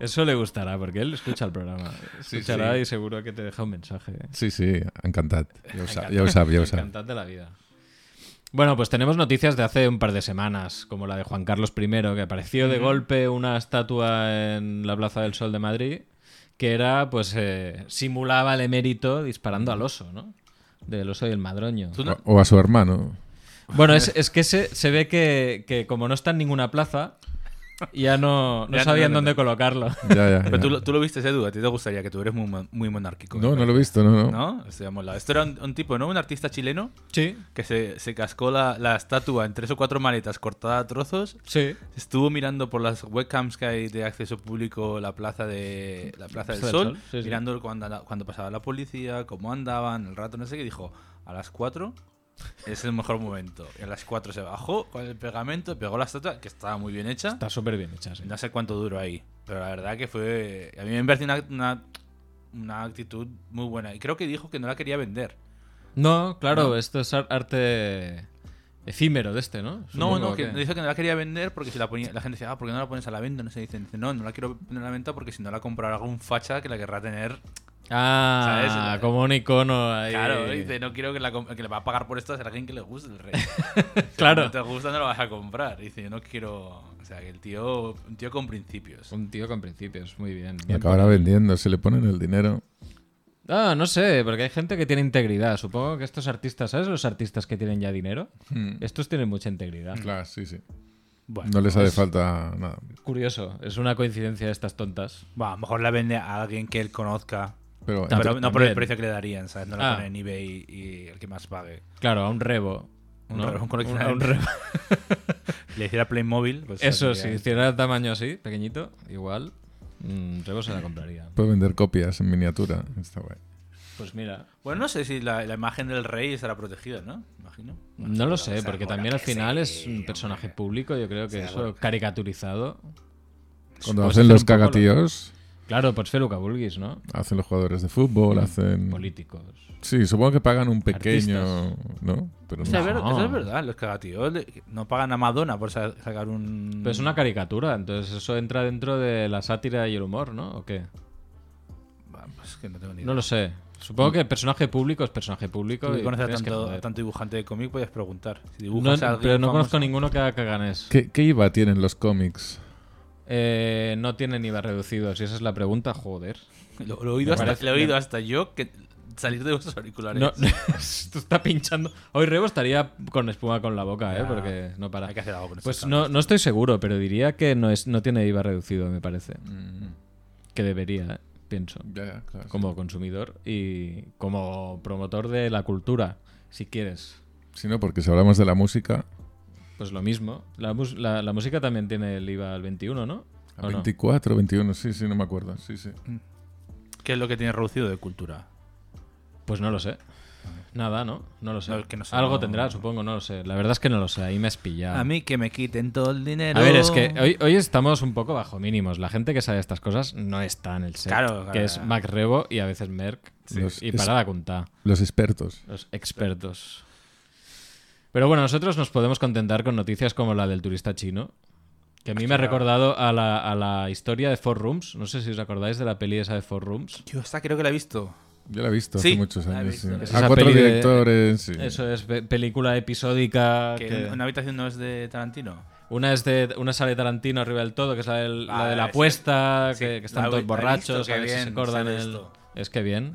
[SPEAKER 1] Eso le gustará, porque él escucha el programa.
[SPEAKER 3] Sí,
[SPEAKER 1] Escuchará
[SPEAKER 3] sí.
[SPEAKER 1] y seguro que te deja un mensaje. ¿eh?
[SPEAKER 3] Sí, sí, encantat. Ja ho sap, ja ho sap, ja ho sap.
[SPEAKER 1] Encantad de la vida. Bueno, pues tenemos noticias de hace un par de semanas, como la de Juan Carlos I, que apareció de golpe una estatua en la Plaza del Sol de Madrid, que era, pues, eh, simulaba el emérito disparando al oso, ¿no? Del oso y el madroño.
[SPEAKER 2] Tú no-
[SPEAKER 3] O o a su hermano.
[SPEAKER 1] Bueno, es, es que se, se ve que, que como no está en ninguna plaza, ya no, no
[SPEAKER 2] Ya no
[SPEAKER 1] sabían
[SPEAKER 2] lo
[SPEAKER 1] dónde colocarlo.
[SPEAKER 3] Ya, ya,
[SPEAKER 2] Pero
[SPEAKER 3] ya.
[SPEAKER 2] tú, lo- tú lo viste, Edu, a ti te gustaría que tú eres muy, mon- muy monárquico. ¿eh?
[SPEAKER 3] No, no lo he visto, no, no.
[SPEAKER 2] ¿No? O sea, mola. Esto era un, un tipo, ¿no? Un artista chileno
[SPEAKER 1] Sí,
[SPEAKER 2] que se, se cascó la, la estatua en tres o cuatro maletas cortada a trozos.
[SPEAKER 1] sí.
[SPEAKER 2] Estuvo mirando por las webcams que hay de acceso público la plaza de la plaza del Sol,
[SPEAKER 1] sí, sí.
[SPEAKER 2] mirando cuando, anda- cuando pasaba la policía, cómo andaban, el rato, no sé qué, dijo, a las 4 es el mejor momento. Y a las 4 se bajó con el pegamento, pegó la estatua, que estaba muy bien hecha.
[SPEAKER 1] Está súper bien hecha, sí.
[SPEAKER 2] No sé cuánto duró ahí, pero la verdad que fue... A mí me pareció una, una, una actitud muy buena. Y creo que dijo que no la quería vender.
[SPEAKER 1] No, claro, esto es ar- arte efímero de este, ¿no?
[SPEAKER 2] No,
[SPEAKER 1] Supongo
[SPEAKER 2] no, que
[SPEAKER 1] que-
[SPEAKER 2] dijo que no la quería vender porque si la ponía, la gente decía, ah, ¿por qué no la pones a la venta? No sé, dicen, dice, no, no la quiero poner a la venta porque si no la comprará algún facha que la querrá tener.
[SPEAKER 1] Ah,
[SPEAKER 2] ¿Sabes?
[SPEAKER 1] como un icono ahí.
[SPEAKER 2] Claro, dice, no quiero que la com- que le va a pagar por esto a alguien que le guste el rey.
[SPEAKER 1] Claro.
[SPEAKER 2] Si no te gusta, no lo vas a comprar. Dice, yo no quiero. O sea, que el tío, un tío con principios.
[SPEAKER 1] Un tío con principios, muy bien.
[SPEAKER 3] Y
[SPEAKER 1] bien.
[SPEAKER 3] acabará vendiendo, se le ponen el dinero.
[SPEAKER 1] Ah, no sé, porque hay gente que tiene integridad. Supongo que estos artistas, ¿sabes los artistas que tienen ya dinero? Estos tienen mucha integridad.
[SPEAKER 3] Claro, sí, sí.
[SPEAKER 2] Bueno,
[SPEAKER 3] no les hace falta nada.
[SPEAKER 1] Curioso, es una coincidencia de estas tontas.
[SPEAKER 2] va, a lo mejor la vende a alguien que él conozca.
[SPEAKER 3] Pero
[SPEAKER 1] Tam-
[SPEAKER 2] Pero
[SPEAKER 1] También.
[SPEAKER 2] no por el precio que le darían, ¿sabes? No la
[SPEAKER 1] Ah.
[SPEAKER 2] pone en eBay y, y el que más pague.
[SPEAKER 1] Claro, a un rebo.
[SPEAKER 2] Un
[SPEAKER 1] ¿no?
[SPEAKER 2] rebo, un
[SPEAKER 1] A
[SPEAKER 2] coleccionable.
[SPEAKER 1] un rebo.
[SPEAKER 2] Le hiciera Playmobil. Pues
[SPEAKER 1] Eso, si
[SPEAKER 2] saldría-
[SPEAKER 1] hiciera el tamaño así, pequeñito, igual, mm, rebo se la compraría.
[SPEAKER 3] puede vender copias en miniatura. Está guay.
[SPEAKER 1] Pues mira,
[SPEAKER 2] Bueno, no sé si la, la imagen del rey estará protegida, ¿no? Imagino.
[SPEAKER 1] No lo sé,
[SPEAKER 2] sea,
[SPEAKER 1] porque
[SPEAKER 2] mola
[SPEAKER 1] también al
[SPEAKER 2] que
[SPEAKER 1] final
[SPEAKER 2] sí,
[SPEAKER 1] es un
[SPEAKER 2] hombre.
[SPEAKER 1] personaje público, yo creo que eso caricaturizado.
[SPEAKER 3] Cuando
[SPEAKER 1] Puedes
[SPEAKER 3] hacen
[SPEAKER 1] hacer
[SPEAKER 3] los
[SPEAKER 1] un poco lo-
[SPEAKER 3] cagatíos,
[SPEAKER 1] Claro, pues Feluca Bulgis, ¿no?
[SPEAKER 3] hacen los jugadores de fútbol,
[SPEAKER 2] Mm.
[SPEAKER 3] hacen...
[SPEAKER 1] Políticos.
[SPEAKER 3] Sí, supongo que pagan un pequeño... ¿No? Pero
[SPEAKER 2] O sea,
[SPEAKER 3] no.
[SPEAKER 2] ver-
[SPEAKER 1] No.
[SPEAKER 2] Eso es verdad, los cagatíos le- no pagan a Madonna por sa- sacar un.
[SPEAKER 1] Pero es una caricatura, entonces eso entra dentro de la sátira y el humor, ¿no? ¿O qué?
[SPEAKER 2] Bah, Pues que no tengo ni idea.
[SPEAKER 1] No lo sé. Supongo que personaje público es personaje público.
[SPEAKER 2] Mm. Tú
[SPEAKER 1] y
[SPEAKER 2] que conoces a
[SPEAKER 1] tienes que
[SPEAKER 2] tanto,
[SPEAKER 1] joder.
[SPEAKER 2] a tanto dibujante de cómic, puedes preguntar. Si
[SPEAKER 1] No,
[SPEAKER 2] dibujas a alguien
[SPEAKER 1] pero no
[SPEAKER 2] famoso-
[SPEAKER 1] conozco ninguno que haga caganés.
[SPEAKER 3] ¿Qué, ¿Qué IVA tienen los cómics?
[SPEAKER 1] Eh, no tiene IVA reducido, si esa es la pregunta, joder.
[SPEAKER 2] Lo, lo he oído, hasta,
[SPEAKER 1] parece-
[SPEAKER 2] lo he
[SPEAKER 1] me-
[SPEAKER 2] oído hasta yo que salir de los auriculares.
[SPEAKER 1] No, esto está pinchando. Hoy Rebo estaría con espuma con la boca, ¿eh?
[SPEAKER 2] Ya.
[SPEAKER 1] Porque no para.
[SPEAKER 2] Hay que hacer algo con
[SPEAKER 1] Pues
[SPEAKER 2] esto.
[SPEAKER 1] no, no estoy seguro, pero diría que no, es, no tiene IVA reducido, me parece.
[SPEAKER 2] Mm.
[SPEAKER 1] Que debería, eh, pienso.
[SPEAKER 3] Ya, ya, claro.
[SPEAKER 1] Como consumidor y como promotor de la cultura, si quieres.
[SPEAKER 3] Si no, porque si hablamos de la música,
[SPEAKER 1] Pues lo mismo. La, mus- la- la música también tiene el IVA al 21, ¿no?
[SPEAKER 3] a
[SPEAKER 1] ¿O no?
[SPEAKER 3] 24, 21, sí, sí, no me acuerdo. Sí, sí.
[SPEAKER 2] ¿Qué es lo que tiene reducido de cultura?
[SPEAKER 1] Pues no lo sé. Nada, ¿no? No lo sé.
[SPEAKER 2] No, es que no sé,
[SPEAKER 1] Algo
[SPEAKER 2] no-
[SPEAKER 1] tendrá, supongo, no lo sé. La verdad es que no lo sé, ahí me has pillado.
[SPEAKER 2] A mí que me quiten todo el dinero.
[SPEAKER 1] A ver, es que hoy, hoy estamos un poco bajo mínimos. La gente que sabe estas cosas no está en el set.
[SPEAKER 2] Claro, claro,
[SPEAKER 1] que es
[SPEAKER 2] claro.
[SPEAKER 1] Mac Rebo y a veces Merck.
[SPEAKER 3] Sí. Los-
[SPEAKER 1] Y
[SPEAKER 3] es-
[SPEAKER 1] Parada Cuntá.
[SPEAKER 3] Los expertos.
[SPEAKER 1] Los expertos. Pero bueno, nosotros nos podemos contentar con noticias como la del turista chino, que a mí me ha recordado a la, a la historia de Four Rooms. No sé si os acordáis de la peli esa de Four Rooms.
[SPEAKER 2] Yo hasta creo que la he visto.
[SPEAKER 3] Yo la he visto
[SPEAKER 2] Sí,
[SPEAKER 3] hace muchos
[SPEAKER 2] la he
[SPEAKER 3] años. sí.
[SPEAKER 2] visto, la he
[SPEAKER 1] visto.
[SPEAKER 3] A
[SPEAKER 1] Esa
[SPEAKER 3] cuatro
[SPEAKER 1] peli de-
[SPEAKER 3] directores. sí.
[SPEAKER 1] Eso es pe- película episódica.
[SPEAKER 2] Que
[SPEAKER 1] que-
[SPEAKER 2] una habitación no es de Tarantino.
[SPEAKER 1] Una es de una sale Tarantino arriba del todo, que es la, del- la
[SPEAKER 2] Ah,
[SPEAKER 1] de la
[SPEAKER 2] sí.
[SPEAKER 1] apuesta,
[SPEAKER 2] Sí,
[SPEAKER 1] eh, que, que
[SPEAKER 2] la
[SPEAKER 1] están
[SPEAKER 2] he- la
[SPEAKER 1] todos
[SPEAKER 2] he
[SPEAKER 1] borrachos,
[SPEAKER 2] visto,
[SPEAKER 1] a
[SPEAKER 2] qué
[SPEAKER 1] ver si se
[SPEAKER 2] bien,
[SPEAKER 1] acordan
[SPEAKER 2] sé de
[SPEAKER 1] el-
[SPEAKER 2] esto.
[SPEAKER 1] Es que bien.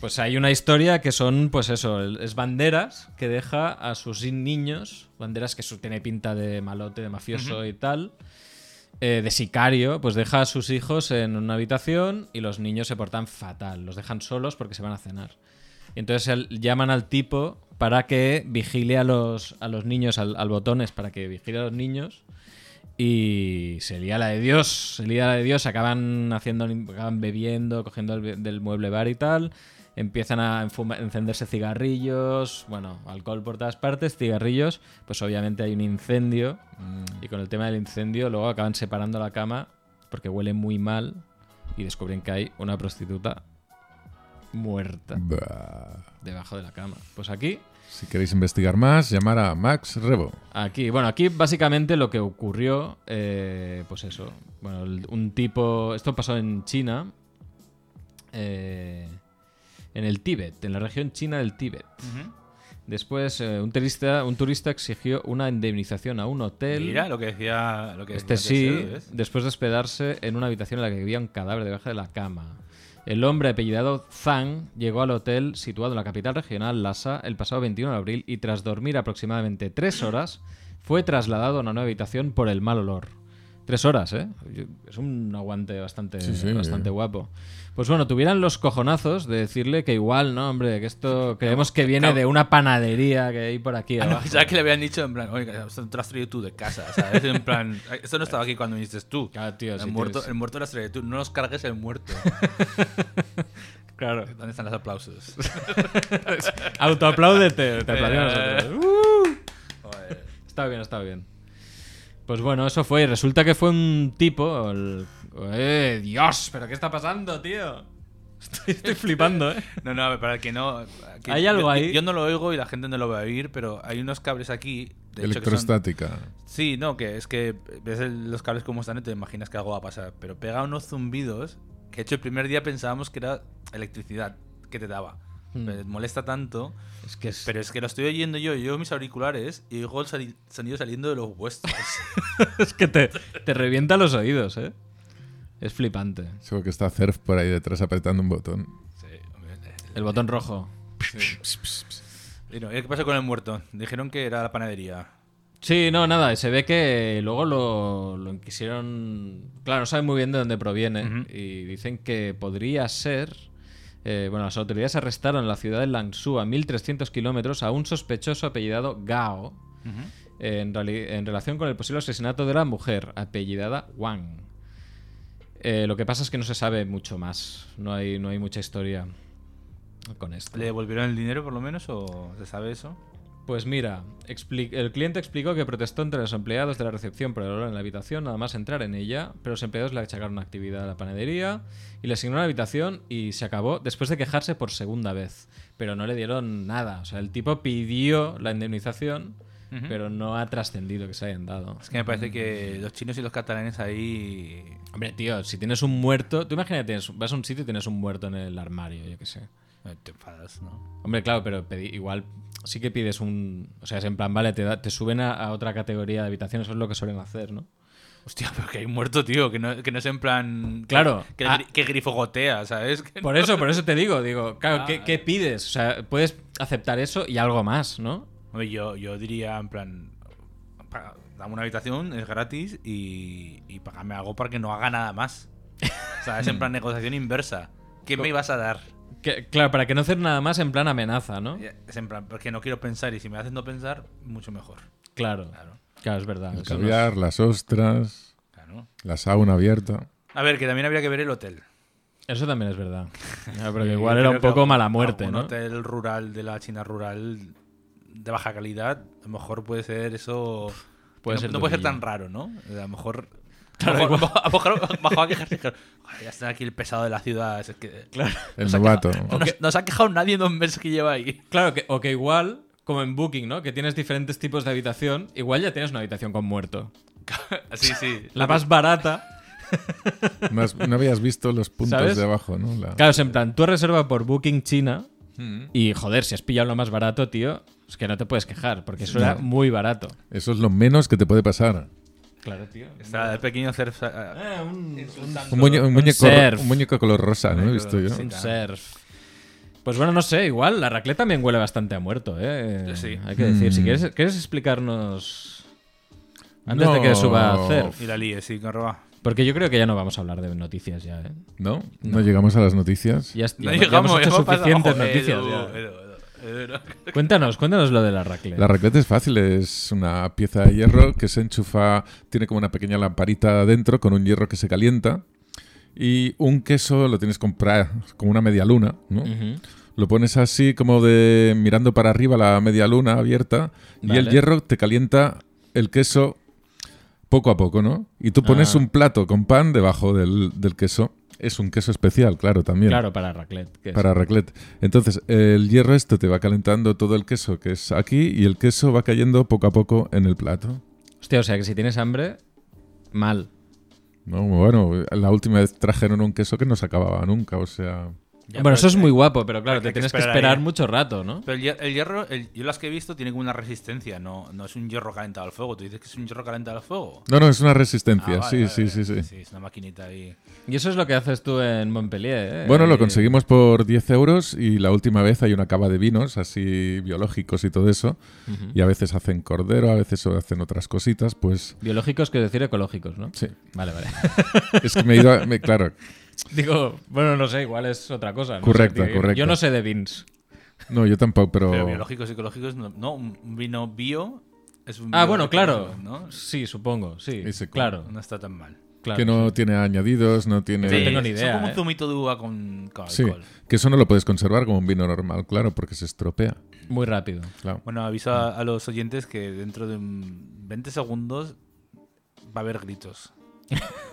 [SPEAKER 1] Pues hay una historia que son, pues eso, el- es banderas que deja a sus niños, banderas que su, tiene pinta de malote, de mafioso y tal, eh, de sicario, pues deja a sus hijos en una habitación y los niños se portan fatal, los dejan solos porque se van a cenar. Y entonces el- llaman al tipo para que vigile a los, a los niños, al, al botones, para que vigile a los niños. Y se lía la de Dios, se lía la de Dios, acaban haciendo, acaban bebiendo, cogiendo el- del mueble bar y tal, empiezan a enfuma- encenderse cigarrillos, bueno, alcohol por todas partes, cigarrillos, pues obviamente hay un incendio y con el tema del incendio luego acaban separando la cama porque huele muy mal y descubren que hay una prostituta muerta
[SPEAKER 3] Bah.
[SPEAKER 1] debajo de la cama. Pues aquí
[SPEAKER 3] Si queréis investigar más, llamar a Max Rebo.
[SPEAKER 1] Aquí, bueno, aquí básicamente lo que ocurrió, eh, pues eso, bueno, el- un tipo, esto pasó en China, eh, en el Tíbet, en la región china del Tíbet.
[SPEAKER 2] Ujú.
[SPEAKER 1] Después, eh, un, turista, un turista exigió una indemnización a un hotel.
[SPEAKER 2] Mira lo que decía. Lo que
[SPEAKER 1] Este
[SPEAKER 2] decía
[SPEAKER 1] sí,
[SPEAKER 2] Teseo, ¿ves?
[SPEAKER 1] después de hospedarse en una habitación en la que vivía un cadáver debajo de la cama. El hombre apellidado Zhang llegó al hotel situado en la capital regional, Lhasa, el pasado 21 de abril y tras dormir aproximadamente tres horas, fue trasladado a una nueva habitación por el mal olor. Tres horas, ¿eh? Yo- Es un aguante bastante,
[SPEAKER 3] Sí, sí.
[SPEAKER 1] bastante guapo. Pues bueno, tuvieran los cojonazos de decirle que igual, ¿no? Hombre, que esto creemos que viene de una panadería que hay por aquí.
[SPEAKER 2] Ah, no,
[SPEAKER 1] abajo.
[SPEAKER 2] pensaba que le habían dicho en plan, oye, esto te lo has traído tú de casa, ¿sabes? En plan, esto no estaba aquí cuando viniste tú.
[SPEAKER 1] Claro, tío,
[SPEAKER 2] el,
[SPEAKER 1] si
[SPEAKER 2] muerto,
[SPEAKER 1] tienes-
[SPEAKER 2] el muerto lo has traído tú, no nos cargues el muerto.
[SPEAKER 1] Claro.
[SPEAKER 2] ¿Dónde están los aplausos?
[SPEAKER 1] Autoapláudete. Te
[SPEAKER 2] Eh.
[SPEAKER 1] aplaudimos nosotros. ¡Uh!
[SPEAKER 2] Joder.
[SPEAKER 1] Estaba bien, estaba bien. Pues bueno, eso fue. Y resulta que fue un tipo. el- ¡Eh, Dios! ¿Pero qué está pasando, tío? Estoy, estoy flipando, ¿eh?
[SPEAKER 2] No, no, para el que no. aquí-
[SPEAKER 1] Hay algo
[SPEAKER 2] yo,
[SPEAKER 1] ahí.
[SPEAKER 2] Yo no lo oigo y la gente no lo va a oír, pero hay unos cables aquí. De hecho, que son-
[SPEAKER 3] Electrostática.
[SPEAKER 2] Sí, no, que es que ves el- los cables como están y te imaginas que algo va a pasar. Pero pega unos zumbidos que, de hecho, el primer día pensábamos que era electricidad que te daba.
[SPEAKER 1] Mm.
[SPEAKER 2] Me molesta tanto.
[SPEAKER 1] Es que es.
[SPEAKER 2] Pero es que lo estoy oyendo yo, yo mis auriculares y oigo el sali- sonido saliendo de los vuestros.
[SPEAKER 1] es que te, te revienta los oídos, ¿eh? Es flipante.
[SPEAKER 3] Seguro que está Cerf por ahí detrás apretando un botón.
[SPEAKER 2] sí, hombre.
[SPEAKER 1] El botón rojo.
[SPEAKER 2] Y no, ¿Qué pasó con el muerto? Dijeron que era la panadería.
[SPEAKER 1] Sí, no, nada. Se ve que luego lo, lo inquisieron. Claro, no saben muy bien de dónde proviene. Y dicen que podría ser. eh, bueno, las autoridades arrestaron en la ciudad de Lanzhou, a 1300 kilómetros, a un sospechoso apellidado Gao. en, reali- en relación con el posible asesinato de la mujer, apellidada Wang. Eh, lo que pasa es que no se sabe mucho más. No hay, no hay mucha historia con esto.
[SPEAKER 2] ¿Le devolvieron el dinero por lo menos o se sabe eso?
[SPEAKER 1] Pues mira, expli- el cliente explicó que protestó entre los empleados de la recepción por el olor en la habitación, nada más entrar en ella, pero los empleados le achacaron actividad a la panadería y le asignaron la habitación y se acabó después de quejarse por segunda vez. Pero no le dieron nada. O sea, el tipo pidió la indemnización,
[SPEAKER 2] Ujú.
[SPEAKER 1] pero no ha trascendido que se hayan dado.
[SPEAKER 2] Es que me parece que los chinos y los catalanes ahí...
[SPEAKER 1] Hombre, tío, si tienes un muerto. Tú imagínate, tienes- vas a un sitio y tienes un muerto en el armario, yo qué sé.
[SPEAKER 2] eh, Te enfadas, ¿no?
[SPEAKER 1] Hombre, claro, pero pedí- igual sí que pides un. O sea, es en plan, vale, te, da- te suben a, a otra categoría de habitación, eso es lo que suelen hacer, ¿no?
[SPEAKER 2] Hostia, pero que hay un muerto, tío, que no, que no es en plan...
[SPEAKER 1] Claro.
[SPEAKER 2] Que, que,
[SPEAKER 1] Ah.
[SPEAKER 2] gri- que grifo gotea, ¿sabes? Que
[SPEAKER 1] Por eso, por eso te digo, digo, claro, ¿qué, qué pides? O sea, puedes aceptar eso y algo más, ¿no?
[SPEAKER 2] Hombre, Yo, yo diría, en plan, pa- dame una habitación, es gratis y, y pagame algo para que no haga nada más. O sea, es en plan negociación inversa. ¿Qué me ibas a dar? Eh,
[SPEAKER 1] Que- claro, para que no hacer nada más en plan amenaza, ¿no?
[SPEAKER 2] Es en plan, porque no quiero pensar y si me haces no pensar, mucho mejor.
[SPEAKER 1] Claro.
[SPEAKER 2] Claro,
[SPEAKER 1] Claro, es verdad.
[SPEAKER 3] El
[SPEAKER 1] eso no
[SPEAKER 3] caviar,
[SPEAKER 1] es-
[SPEAKER 3] las ostras,
[SPEAKER 2] claro.
[SPEAKER 3] la sauna abierta.
[SPEAKER 2] A ver, que también habría que ver el hotel.
[SPEAKER 1] Eso también es verdad. Ya, pero que
[SPEAKER 2] Yo
[SPEAKER 1] igual era
[SPEAKER 2] creo
[SPEAKER 1] un
[SPEAKER 2] que
[SPEAKER 1] poco
[SPEAKER 2] algún-
[SPEAKER 1] mala muerte,
[SPEAKER 2] algún
[SPEAKER 1] ¿no?
[SPEAKER 2] hotel rural de la China rural de baja calidad, a lo mejor puede ser eso.
[SPEAKER 1] Puede
[SPEAKER 2] no,
[SPEAKER 1] ser
[SPEAKER 2] no puede ser
[SPEAKER 1] durilla.
[SPEAKER 2] tan raro, ¿no? A lo mejor. a lo mejor- a lo mejor bajó a quejarse. y dijeron, "Joder, Ya está aquí el pesado de la ciudad. es que-
[SPEAKER 3] El novato.
[SPEAKER 2] No, se- no se ha quejado nadie en dos meses que lleva ahí.
[SPEAKER 1] Claro, que, o que igual, como en Booking, ¿no? Que tienes diferentes tipos de habitación, igual ya tienes una habitación con muerto.
[SPEAKER 2] Sí, sí.
[SPEAKER 1] La más barata.
[SPEAKER 3] No, has- no habías visto los puntos
[SPEAKER 1] ¿Sabes?
[SPEAKER 3] de abajo, ¿no? La-
[SPEAKER 1] Claro, es en plan, tú reservas por Booking China
[SPEAKER 2] Mm.
[SPEAKER 1] y joder, si has pillado lo más barato, tío, es que no te puedes quejar, porque eso era
[SPEAKER 3] No.
[SPEAKER 1] muy barato.
[SPEAKER 3] Eso es lo menos que te puede pasar.
[SPEAKER 1] Claro, tío.
[SPEAKER 2] Está el pequeño surf. ah,
[SPEAKER 1] un,
[SPEAKER 3] Un, muñe- un muñeco, ro-
[SPEAKER 1] surf.
[SPEAKER 3] un muñeco color rosa, ¿no? He visto yo.
[SPEAKER 1] un surf. Pues bueno, no sé, igual la raclette también huele bastante a muerto, ¿eh?
[SPEAKER 2] Sí.
[SPEAKER 1] Hay que decir, si
[SPEAKER 3] Mm.
[SPEAKER 1] quieres, ¿quieres explicarnos antes de que
[SPEAKER 3] No.
[SPEAKER 1] suba CERF?
[SPEAKER 2] Y la líe, E, sí, con roba.
[SPEAKER 1] Porque yo creo que ya no vamos a hablar de noticias ya, ¿eh?
[SPEAKER 3] ¿No? ¿No, llegamos a las noticias?
[SPEAKER 1] Ya, est-
[SPEAKER 2] No
[SPEAKER 1] ya hemos- ya
[SPEAKER 2] llegamos,
[SPEAKER 1] hemos hecho
[SPEAKER 2] hemos pasado-
[SPEAKER 1] suficientes
[SPEAKER 2] Joder,
[SPEAKER 1] noticias
[SPEAKER 2] Edu, Edu,
[SPEAKER 1] ya.
[SPEAKER 2] Edu, Edu, no.
[SPEAKER 1] Cuéntanos, cuéntanos lo de la raclette.
[SPEAKER 3] La raclette es fácil, es una pieza de hierro que se enchufa, tiene como una pequeña lamparita adentro con un hierro que se calienta y un queso lo tienes que comprar como una media luna, ¿no?
[SPEAKER 1] Ujú.
[SPEAKER 3] Lo pones así como de mirando para arriba la media luna abierta y el
[SPEAKER 1] Vale.
[SPEAKER 3] hierro te calienta el queso poco a poco, ¿no? Y tú pones
[SPEAKER 1] Ah.
[SPEAKER 3] un plato con pan debajo del, del queso. Es un queso especial, claro, también.
[SPEAKER 1] Claro, para raclette. que es-
[SPEAKER 3] Para raclette. Entonces, el hierro este te va calentando todo el queso que es aquí y el queso va cayendo poco a poco en el plato.
[SPEAKER 1] Hostia, o sea que si tienes hambre, mal.
[SPEAKER 3] No, bueno, la última vez trajeron un queso que no se acababa nunca, o sea...
[SPEAKER 2] Ya,
[SPEAKER 1] bueno,
[SPEAKER 2] pero
[SPEAKER 1] eso es
[SPEAKER 2] que-
[SPEAKER 1] muy guapo, pero claro,
[SPEAKER 2] hay
[SPEAKER 1] te
[SPEAKER 2] que
[SPEAKER 1] tienes que
[SPEAKER 2] esperar ahí. ¿eh?
[SPEAKER 1] esperar mucho rato, ¿no?
[SPEAKER 2] Pero el, hier- el hierro, el- yo las que he visto, tiene como una resistencia, no, no es un hierro calentado al fuego. Tú dices que es un hierro calentado al fuego.
[SPEAKER 3] No, no, es una
[SPEAKER 2] Ah,
[SPEAKER 3] resistencia,
[SPEAKER 2] vale,
[SPEAKER 3] sí,
[SPEAKER 2] vale,
[SPEAKER 3] sí, sí,
[SPEAKER 2] vale.
[SPEAKER 3] sí,
[SPEAKER 2] Es una maquinita ahí.
[SPEAKER 1] Y eso es lo que haces tú en Montpellier, ¿eh?
[SPEAKER 3] Bueno, lo
[SPEAKER 1] Ahí-
[SPEAKER 3] conseguimos por 10 euros y la última vez hay una cava de vinos, así biológicos y todo eso,
[SPEAKER 1] Ujú.
[SPEAKER 3] y a veces hacen cordero, a veces hacen otras cositas, pues...
[SPEAKER 1] Biológicos que decir ecológicos, ¿no?
[SPEAKER 3] Sí,
[SPEAKER 1] Vale, vale.
[SPEAKER 3] es que me he ido... a- me- claro,
[SPEAKER 1] Digo, bueno, no sé, igual es otra cosa. no
[SPEAKER 3] Correcto,
[SPEAKER 1] sé, tío.
[SPEAKER 3] correcto.
[SPEAKER 1] Yo no sé de beans.
[SPEAKER 3] no, yo tampoco,
[SPEAKER 2] Pero biológicos, ecológicos, no, no, un vino bio es un
[SPEAKER 1] Ah,
[SPEAKER 2] vino
[SPEAKER 1] bueno, claro.
[SPEAKER 2] ecológico, ¿no?
[SPEAKER 1] Sí, supongo, sí.
[SPEAKER 3] Ese co-
[SPEAKER 1] Claro,
[SPEAKER 2] No está tan mal.
[SPEAKER 1] claro.
[SPEAKER 3] que no tiene añadidos, no tiene...
[SPEAKER 1] Sí, tengo ni
[SPEAKER 2] son
[SPEAKER 1] idea,
[SPEAKER 2] como
[SPEAKER 1] ¿eh?
[SPEAKER 2] un zumito de uva con, con
[SPEAKER 3] Sí,
[SPEAKER 2] alcohol.
[SPEAKER 3] que eso no lo puedes conservar como un vino normal, claro, porque se estropea.
[SPEAKER 1] Muy rápido.
[SPEAKER 3] Claro.
[SPEAKER 2] Bueno, aviso a, a los oyentes que dentro de un 20 segundos va a haber gritos.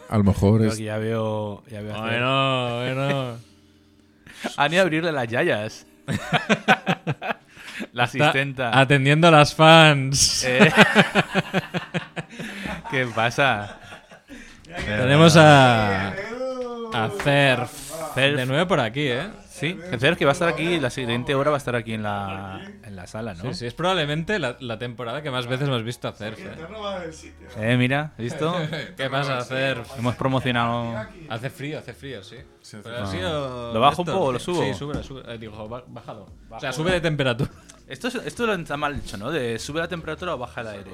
[SPEAKER 3] A lo mejor
[SPEAKER 2] Creo
[SPEAKER 3] es.
[SPEAKER 2] que ya veo. Ya veo hacer-
[SPEAKER 1] Bueno, bueno.
[SPEAKER 2] Han ido a abrirle las yayas. La asistenta.
[SPEAKER 1] Atendiendo a las fans.
[SPEAKER 2] Eh. ¿Qué pasa?
[SPEAKER 1] Tenemos a. A Cerf.
[SPEAKER 2] Cerf.
[SPEAKER 1] De nuevo por aquí, ¿eh?
[SPEAKER 2] Sí, Cerf, que va a estar aquí, la siguiente hora va a estar aquí en la, en la sala, ¿no?
[SPEAKER 1] Sí, sí, es probablemente la, la temporada que más veces hemos visto a Cerf. ¿eh?
[SPEAKER 2] Eh, mira, ¿listo?
[SPEAKER 1] ¿Qué pasa, Cerf?
[SPEAKER 2] Hemos promocionado.
[SPEAKER 1] Hace frío, hace frío, sí. Pero ha
[SPEAKER 3] Ah.
[SPEAKER 1] sido-
[SPEAKER 2] ¿Lo bajo un
[SPEAKER 1] esto,
[SPEAKER 2] poco o lo
[SPEAKER 1] sí.
[SPEAKER 2] subo?
[SPEAKER 1] Sí, sube, sube. Eh, digo, ba- bájalo. O sea, sube de temperatura.
[SPEAKER 2] Esto, es- esto lo está mal dicho, ¿no? De sube la temperatura o baja el aire.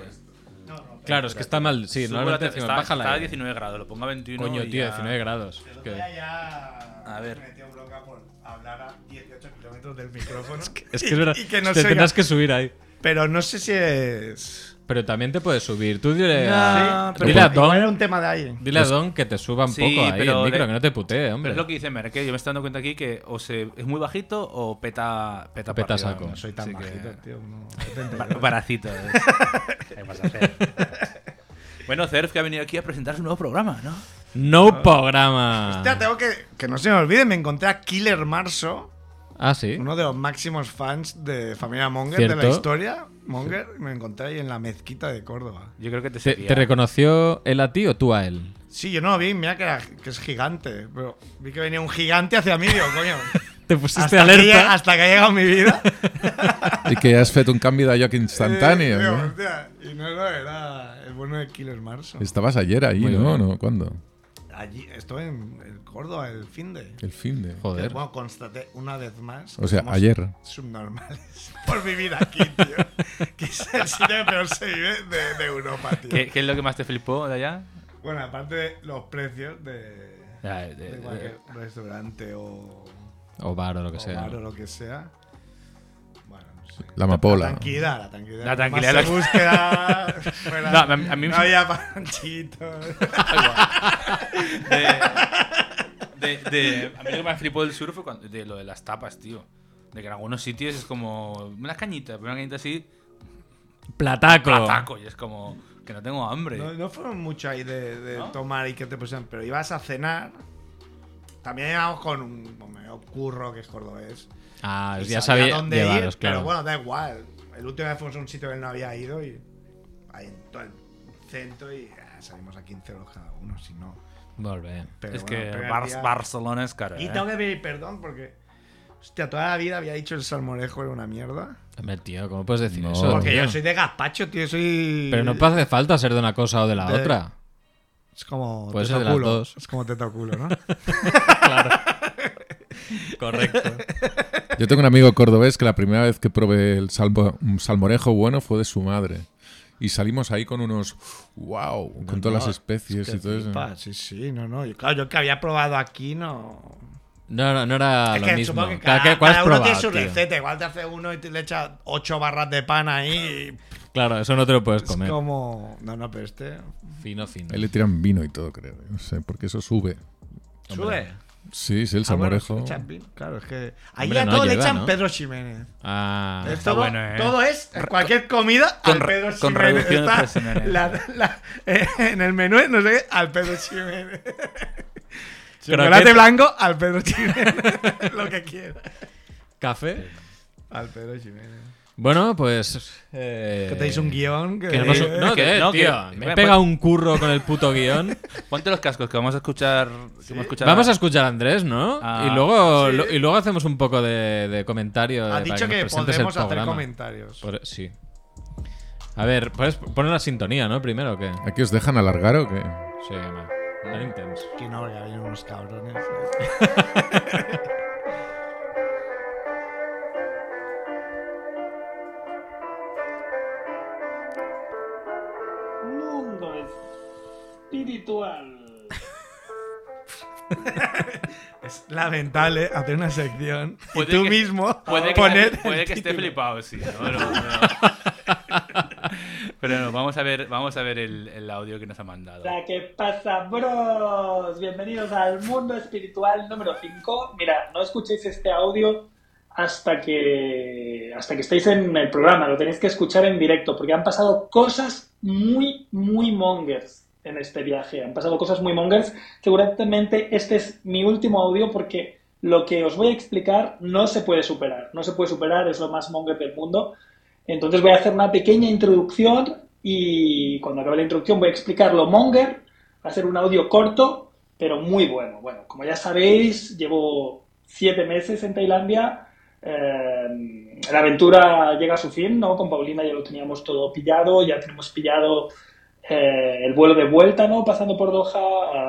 [SPEAKER 1] Claro, es que está mal. Sí,
[SPEAKER 2] Sube la
[SPEAKER 1] normalmente
[SPEAKER 2] te-
[SPEAKER 1] decimos,
[SPEAKER 2] está,
[SPEAKER 1] bájala.
[SPEAKER 2] está a
[SPEAKER 1] eh.
[SPEAKER 2] 19 grados, lo pongo a 21.
[SPEAKER 1] Coño,
[SPEAKER 2] y
[SPEAKER 1] tío,
[SPEAKER 2] ya.
[SPEAKER 1] 19 grados. Es que-
[SPEAKER 5] ya
[SPEAKER 2] A ver.
[SPEAKER 5] metió bronca por hablar a 18 kilómetros del micrófono.
[SPEAKER 1] Es que es verdad.
[SPEAKER 5] Y, y que no
[SPEAKER 1] te
[SPEAKER 5] se
[SPEAKER 1] tendrás que subir ahí.
[SPEAKER 5] Pero no sé si es.
[SPEAKER 1] Pero también te puedes subir. Tú dile
[SPEAKER 2] No,
[SPEAKER 1] a,
[SPEAKER 2] pero-
[SPEAKER 1] Ah, dile a Don,
[SPEAKER 5] Igual era un tema de ahí.
[SPEAKER 1] dile a Don que te suba un
[SPEAKER 2] Pues Sí,
[SPEAKER 1] poco ahí el
[SPEAKER 2] pero
[SPEAKER 1] micro,
[SPEAKER 2] le-
[SPEAKER 1] que no te putee,
[SPEAKER 2] Pero
[SPEAKER 1] hombre.
[SPEAKER 2] es lo que dice Mer, que yo me estoy dando cuenta aquí que o se, es muy bajito o peta peta,
[SPEAKER 1] Peta
[SPEAKER 2] para arriba,
[SPEAKER 1] saco.
[SPEAKER 5] No soy tan
[SPEAKER 2] Así que-
[SPEAKER 5] bajito, tío. No,
[SPEAKER 2] Ba- Baracito. ¿eh? bueno, Cerf que ha venido aquí a presentar su nuevo programa, ¿no?
[SPEAKER 1] No programa.
[SPEAKER 5] Ya tengo que. Que no se me olvide, me encontré a Killer Marso,
[SPEAKER 1] Ah, sí.
[SPEAKER 5] uno de los máximos fans de Familia Monger de la
[SPEAKER 1] Cierto.
[SPEAKER 5] historia. Monger, y me lo encontré ahí en la mezquita de Córdoba.
[SPEAKER 2] Yo creo que te
[SPEAKER 1] ¿Te,
[SPEAKER 2] seguía.
[SPEAKER 1] te reconoció él a ti o tú a él?
[SPEAKER 5] Sí, yo no lo vi, mira que, era- que es gigante. Pero vi que venía un gigante hacia mí, digo, coño.
[SPEAKER 1] Te pusiste
[SPEAKER 5] Hasta, que,
[SPEAKER 1] alerta.
[SPEAKER 5] llega- hasta que ha llegado mi vida.
[SPEAKER 3] Y que has fet un cambio de lloc instantani.
[SPEAKER 5] Eh, digo,
[SPEAKER 3] ¿no?
[SPEAKER 5] hostia, y no lo era el bueno de Killer Marso.
[SPEAKER 3] Estabas ayer ahí,
[SPEAKER 1] Muy
[SPEAKER 3] ¿no?
[SPEAKER 1] bien.
[SPEAKER 3] ¿no? ¿Cuándo?
[SPEAKER 5] Allí, estoy en el Córdoba, el fin de.
[SPEAKER 3] El fin de.
[SPEAKER 1] Joder.
[SPEAKER 5] Bueno, constaté una vez más.
[SPEAKER 3] O sea,
[SPEAKER 5] somos
[SPEAKER 3] ayer.
[SPEAKER 5] Subnormales. Por vivir aquí, tío. que es el sitio que peor se vive de, de Europa, tío.
[SPEAKER 2] ¿Qué, qué es lo que más te flipó de allá?
[SPEAKER 5] Bueno, aparte de los precios de.
[SPEAKER 2] Ya, de- de-
[SPEAKER 5] de cualquier restaurante o.
[SPEAKER 1] O bar o lo que
[SPEAKER 5] o
[SPEAKER 1] sea.
[SPEAKER 5] bar o lo que sea. Bueno, no sé.
[SPEAKER 3] La amapola.
[SPEAKER 5] La tranquilidad, la tranquilidad.
[SPEAKER 2] La tranquilidad,
[SPEAKER 5] Más
[SPEAKER 2] la-
[SPEAKER 5] se busca, fuera-
[SPEAKER 2] No, a mí- a mí me-
[SPEAKER 5] no había panchitos.
[SPEAKER 2] de- de- a mí lo que más flipó del surf fue cuando- de lo de las tapas, tío. De que en algunos sitios es como una cañita, pero una cañita así,
[SPEAKER 1] Plataco.
[SPEAKER 2] plataco, y es como que no tengo hambre.
[SPEAKER 5] No, no fueron mucho ahí de, de
[SPEAKER 2] ¿No?
[SPEAKER 5] tomar y que te pusieran, pero ibas a cenar. También íbamos con un con medio curro que es cordobés.
[SPEAKER 1] Ah,
[SPEAKER 5] Y
[SPEAKER 1] ya sabía
[SPEAKER 5] dónde
[SPEAKER 1] llevaros,
[SPEAKER 5] ir,
[SPEAKER 1] claro.
[SPEAKER 5] Pero bueno, da igual. El último vez fuimos a un sitio que él no había ido y ahí en todo el centro y ah, salimos a 15 euros cada uno, si no.
[SPEAKER 1] Molt bé.
[SPEAKER 5] Pero
[SPEAKER 2] es
[SPEAKER 5] bueno,
[SPEAKER 2] que
[SPEAKER 5] el primer
[SPEAKER 2] Bar-
[SPEAKER 5] día-
[SPEAKER 2] Barcelona es caro.
[SPEAKER 5] Y
[SPEAKER 2] ¿eh?
[SPEAKER 5] tengo que pedir perdón porque. Hostia, toda la vida había dicho el salmorejo era una mierda.
[SPEAKER 1] Hombre, tío, ¿cómo puedes decir
[SPEAKER 3] No.
[SPEAKER 1] eso?
[SPEAKER 5] Porque
[SPEAKER 1] tío?
[SPEAKER 5] yo soy de gazpacho, tío, soy.
[SPEAKER 1] Pero no hace falta ser de una cosa o de la
[SPEAKER 5] De-
[SPEAKER 1] otra.
[SPEAKER 5] Es como.
[SPEAKER 1] Puede ser de
[SPEAKER 5] teta
[SPEAKER 1] las
[SPEAKER 5] culo.
[SPEAKER 1] dos.
[SPEAKER 5] Es como teta culo, ¿no?
[SPEAKER 1] Correcto.
[SPEAKER 3] Yo tengo un amigo cordobés que la primera vez que probé el salmo- un salmorejo bueno fue de su madre. Y salimos ahí con unos wow, con todas las especies y todo eso.
[SPEAKER 5] flipas, Sí, sí, no, no. Yo, claro, yo que había probado aquí no.
[SPEAKER 1] No, no, no era
[SPEAKER 5] es
[SPEAKER 1] Ah, lo
[SPEAKER 5] que
[SPEAKER 1] mismo.
[SPEAKER 5] supongo que
[SPEAKER 1] Cada-
[SPEAKER 5] cada,
[SPEAKER 1] ¿qué- cuál has
[SPEAKER 5] cada uno tiene
[SPEAKER 1] probado,
[SPEAKER 5] su
[SPEAKER 1] tío?
[SPEAKER 5] receta. Igual te hace uno y te le echa ocho barras de pan ahí. y
[SPEAKER 1] Claro, eso no te lo puedes
[SPEAKER 5] Es
[SPEAKER 1] comer.
[SPEAKER 5] como. No, no, pero este.
[SPEAKER 1] Fino, fino.
[SPEAKER 3] Ahí le tiran vino y todo, creo. No sé, porque eso sube.
[SPEAKER 5] Sube.
[SPEAKER 3] Sí, sí, el
[SPEAKER 5] Ah, bueno,
[SPEAKER 3] salmorejo.
[SPEAKER 5] le echan vin- Claro, es que. Ahí
[SPEAKER 1] Hombre,
[SPEAKER 5] a
[SPEAKER 1] no
[SPEAKER 5] todo le
[SPEAKER 1] llega,
[SPEAKER 5] echan
[SPEAKER 1] ¿no?
[SPEAKER 5] Pedro Ximénez.
[SPEAKER 1] Ah,
[SPEAKER 5] Es
[SPEAKER 2] está
[SPEAKER 5] todo,
[SPEAKER 2] bueno, ¿eh?
[SPEAKER 5] todo es cualquier comida al
[SPEAKER 2] con re-
[SPEAKER 5] Pedro
[SPEAKER 2] con
[SPEAKER 5] Ximénez.
[SPEAKER 2] reducción de
[SPEAKER 5] Está
[SPEAKER 2] Pedro Ximénez.
[SPEAKER 5] la- la- eh, en el menú, no sé qué, al Pedro Ximénez. Chocolate
[SPEAKER 1] Croqueta.
[SPEAKER 5] blanco al Pedro Ximénez. Lo que quiera.
[SPEAKER 1] café.
[SPEAKER 5] Al Pedro Ximénez.
[SPEAKER 1] Bueno, pues. eh,
[SPEAKER 5] Que tenéis un guión que.
[SPEAKER 1] que no, hemos-
[SPEAKER 5] eh,
[SPEAKER 1] no,
[SPEAKER 2] que-
[SPEAKER 1] que,
[SPEAKER 2] no, que-
[SPEAKER 1] tío, me he
[SPEAKER 2] bueno,
[SPEAKER 1] pegado
[SPEAKER 2] pues-
[SPEAKER 1] un curro con el puto guión.
[SPEAKER 2] Ponte los cascos que vamos a escuchar. que hemos escuchado-
[SPEAKER 1] Vamos a escuchar a Andrés, ¿no?
[SPEAKER 2] Ah,
[SPEAKER 1] y, luego,
[SPEAKER 5] sí.
[SPEAKER 1] lo- y luego hacemos un poco de, de comentario.
[SPEAKER 5] ha
[SPEAKER 1] de- para
[SPEAKER 5] dicho
[SPEAKER 1] nos
[SPEAKER 5] que,
[SPEAKER 1] presentes el
[SPEAKER 5] podemos hacer
[SPEAKER 1] programa.
[SPEAKER 5] comentarios.
[SPEAKER 1] Por- sí. A ver, ¿puedes poner la sintonía, no? Primero, ¿o ¿qué?
[SPEAKER 3] ¿Aquí os dejan alargar o qué?
[SPEAKER 1] Sí, va. Tan intenso.
[SPEAKER 5] Que no, que hay unos cabrones. ¿eh?
[SPEAKER 6] Mundo espiritual.
[SPEAKER 5] Es lamentable hacer una sección y
[SPEAKER 2] Puede
[SPEAKER 5] tú
[SPEAKER 2] que-
[SPEAKER 5] mismo
[SPEAKER 2] Puede que,
[SPEAKER 5] poner.
[SPEAKER 2] puede
[SPEAKER 5] el
[SPEAKER 2] que esté
[SPEAKER 5] título.
[SPEAKER 2] flipado, sí. ¿no? No, no. Pero no, vamos a ver, vamos a ver el, el audio que nos ha mandado.
[SPEAKER 6] La que pasa, bros. Bienvenidos al mundo espiritual número 5. Mira, no escuchéis este audio hasta que hasta que estéis en el programa, lo tenéis que escuchar en directo porque han pasado cosas muy muy mongers en este viaje, han pasado cosas muy mongers. Seguramente este es mi último audio porque lo que os voy a explicar no se puede superar, no se puede superar, es lo más monger del mundo. Entonces voy a hacer una pequeña introducción y cuando acabe la introducción voy a explicar lo monger. Va a ser un audio corto, pero muy bueno. Bueno, como ya sabéis, llevo siete meses en Tailandia. Eh, la aventura llega a su fin, ¿no? Con Paulina ya lo teníamos todo pillado, ya tenemos pillado eh, el vuelo de vuelta, ¿no? Pasando por Doha,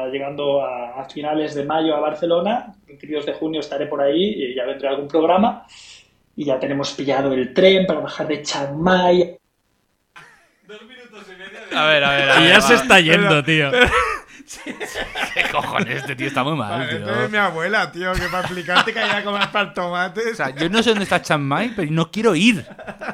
[SPEAKER 6] ah, llegando a, a finales de mayo a Barcelona. Principios de junio estaré por ahí y ya vendré a algún programa y ya tenemos pillado el tren para bajar de Chiang Mai.
[SPEAKER 2] A ver, a ver, a
[SPEAKER 1] Y
[SPEAKER 2] ver,
[SPEAKER 1] ya
[SPEAKER 2] va.
[SPEAKER 1] se está yendo, tío.
[SPEAKER 2] ¿Qué cojones? Este tío está muy mal,
[SPEAKER 5] Vale,
[SPEAKER 2] tío.
[SPEAKER 5] esto es mi abuela, tío, que para explicarte que había que comer para el tomate.
[SPEAKER 2] O sea, yo no sé dónde está Chiang Mai, pero no quiero ir.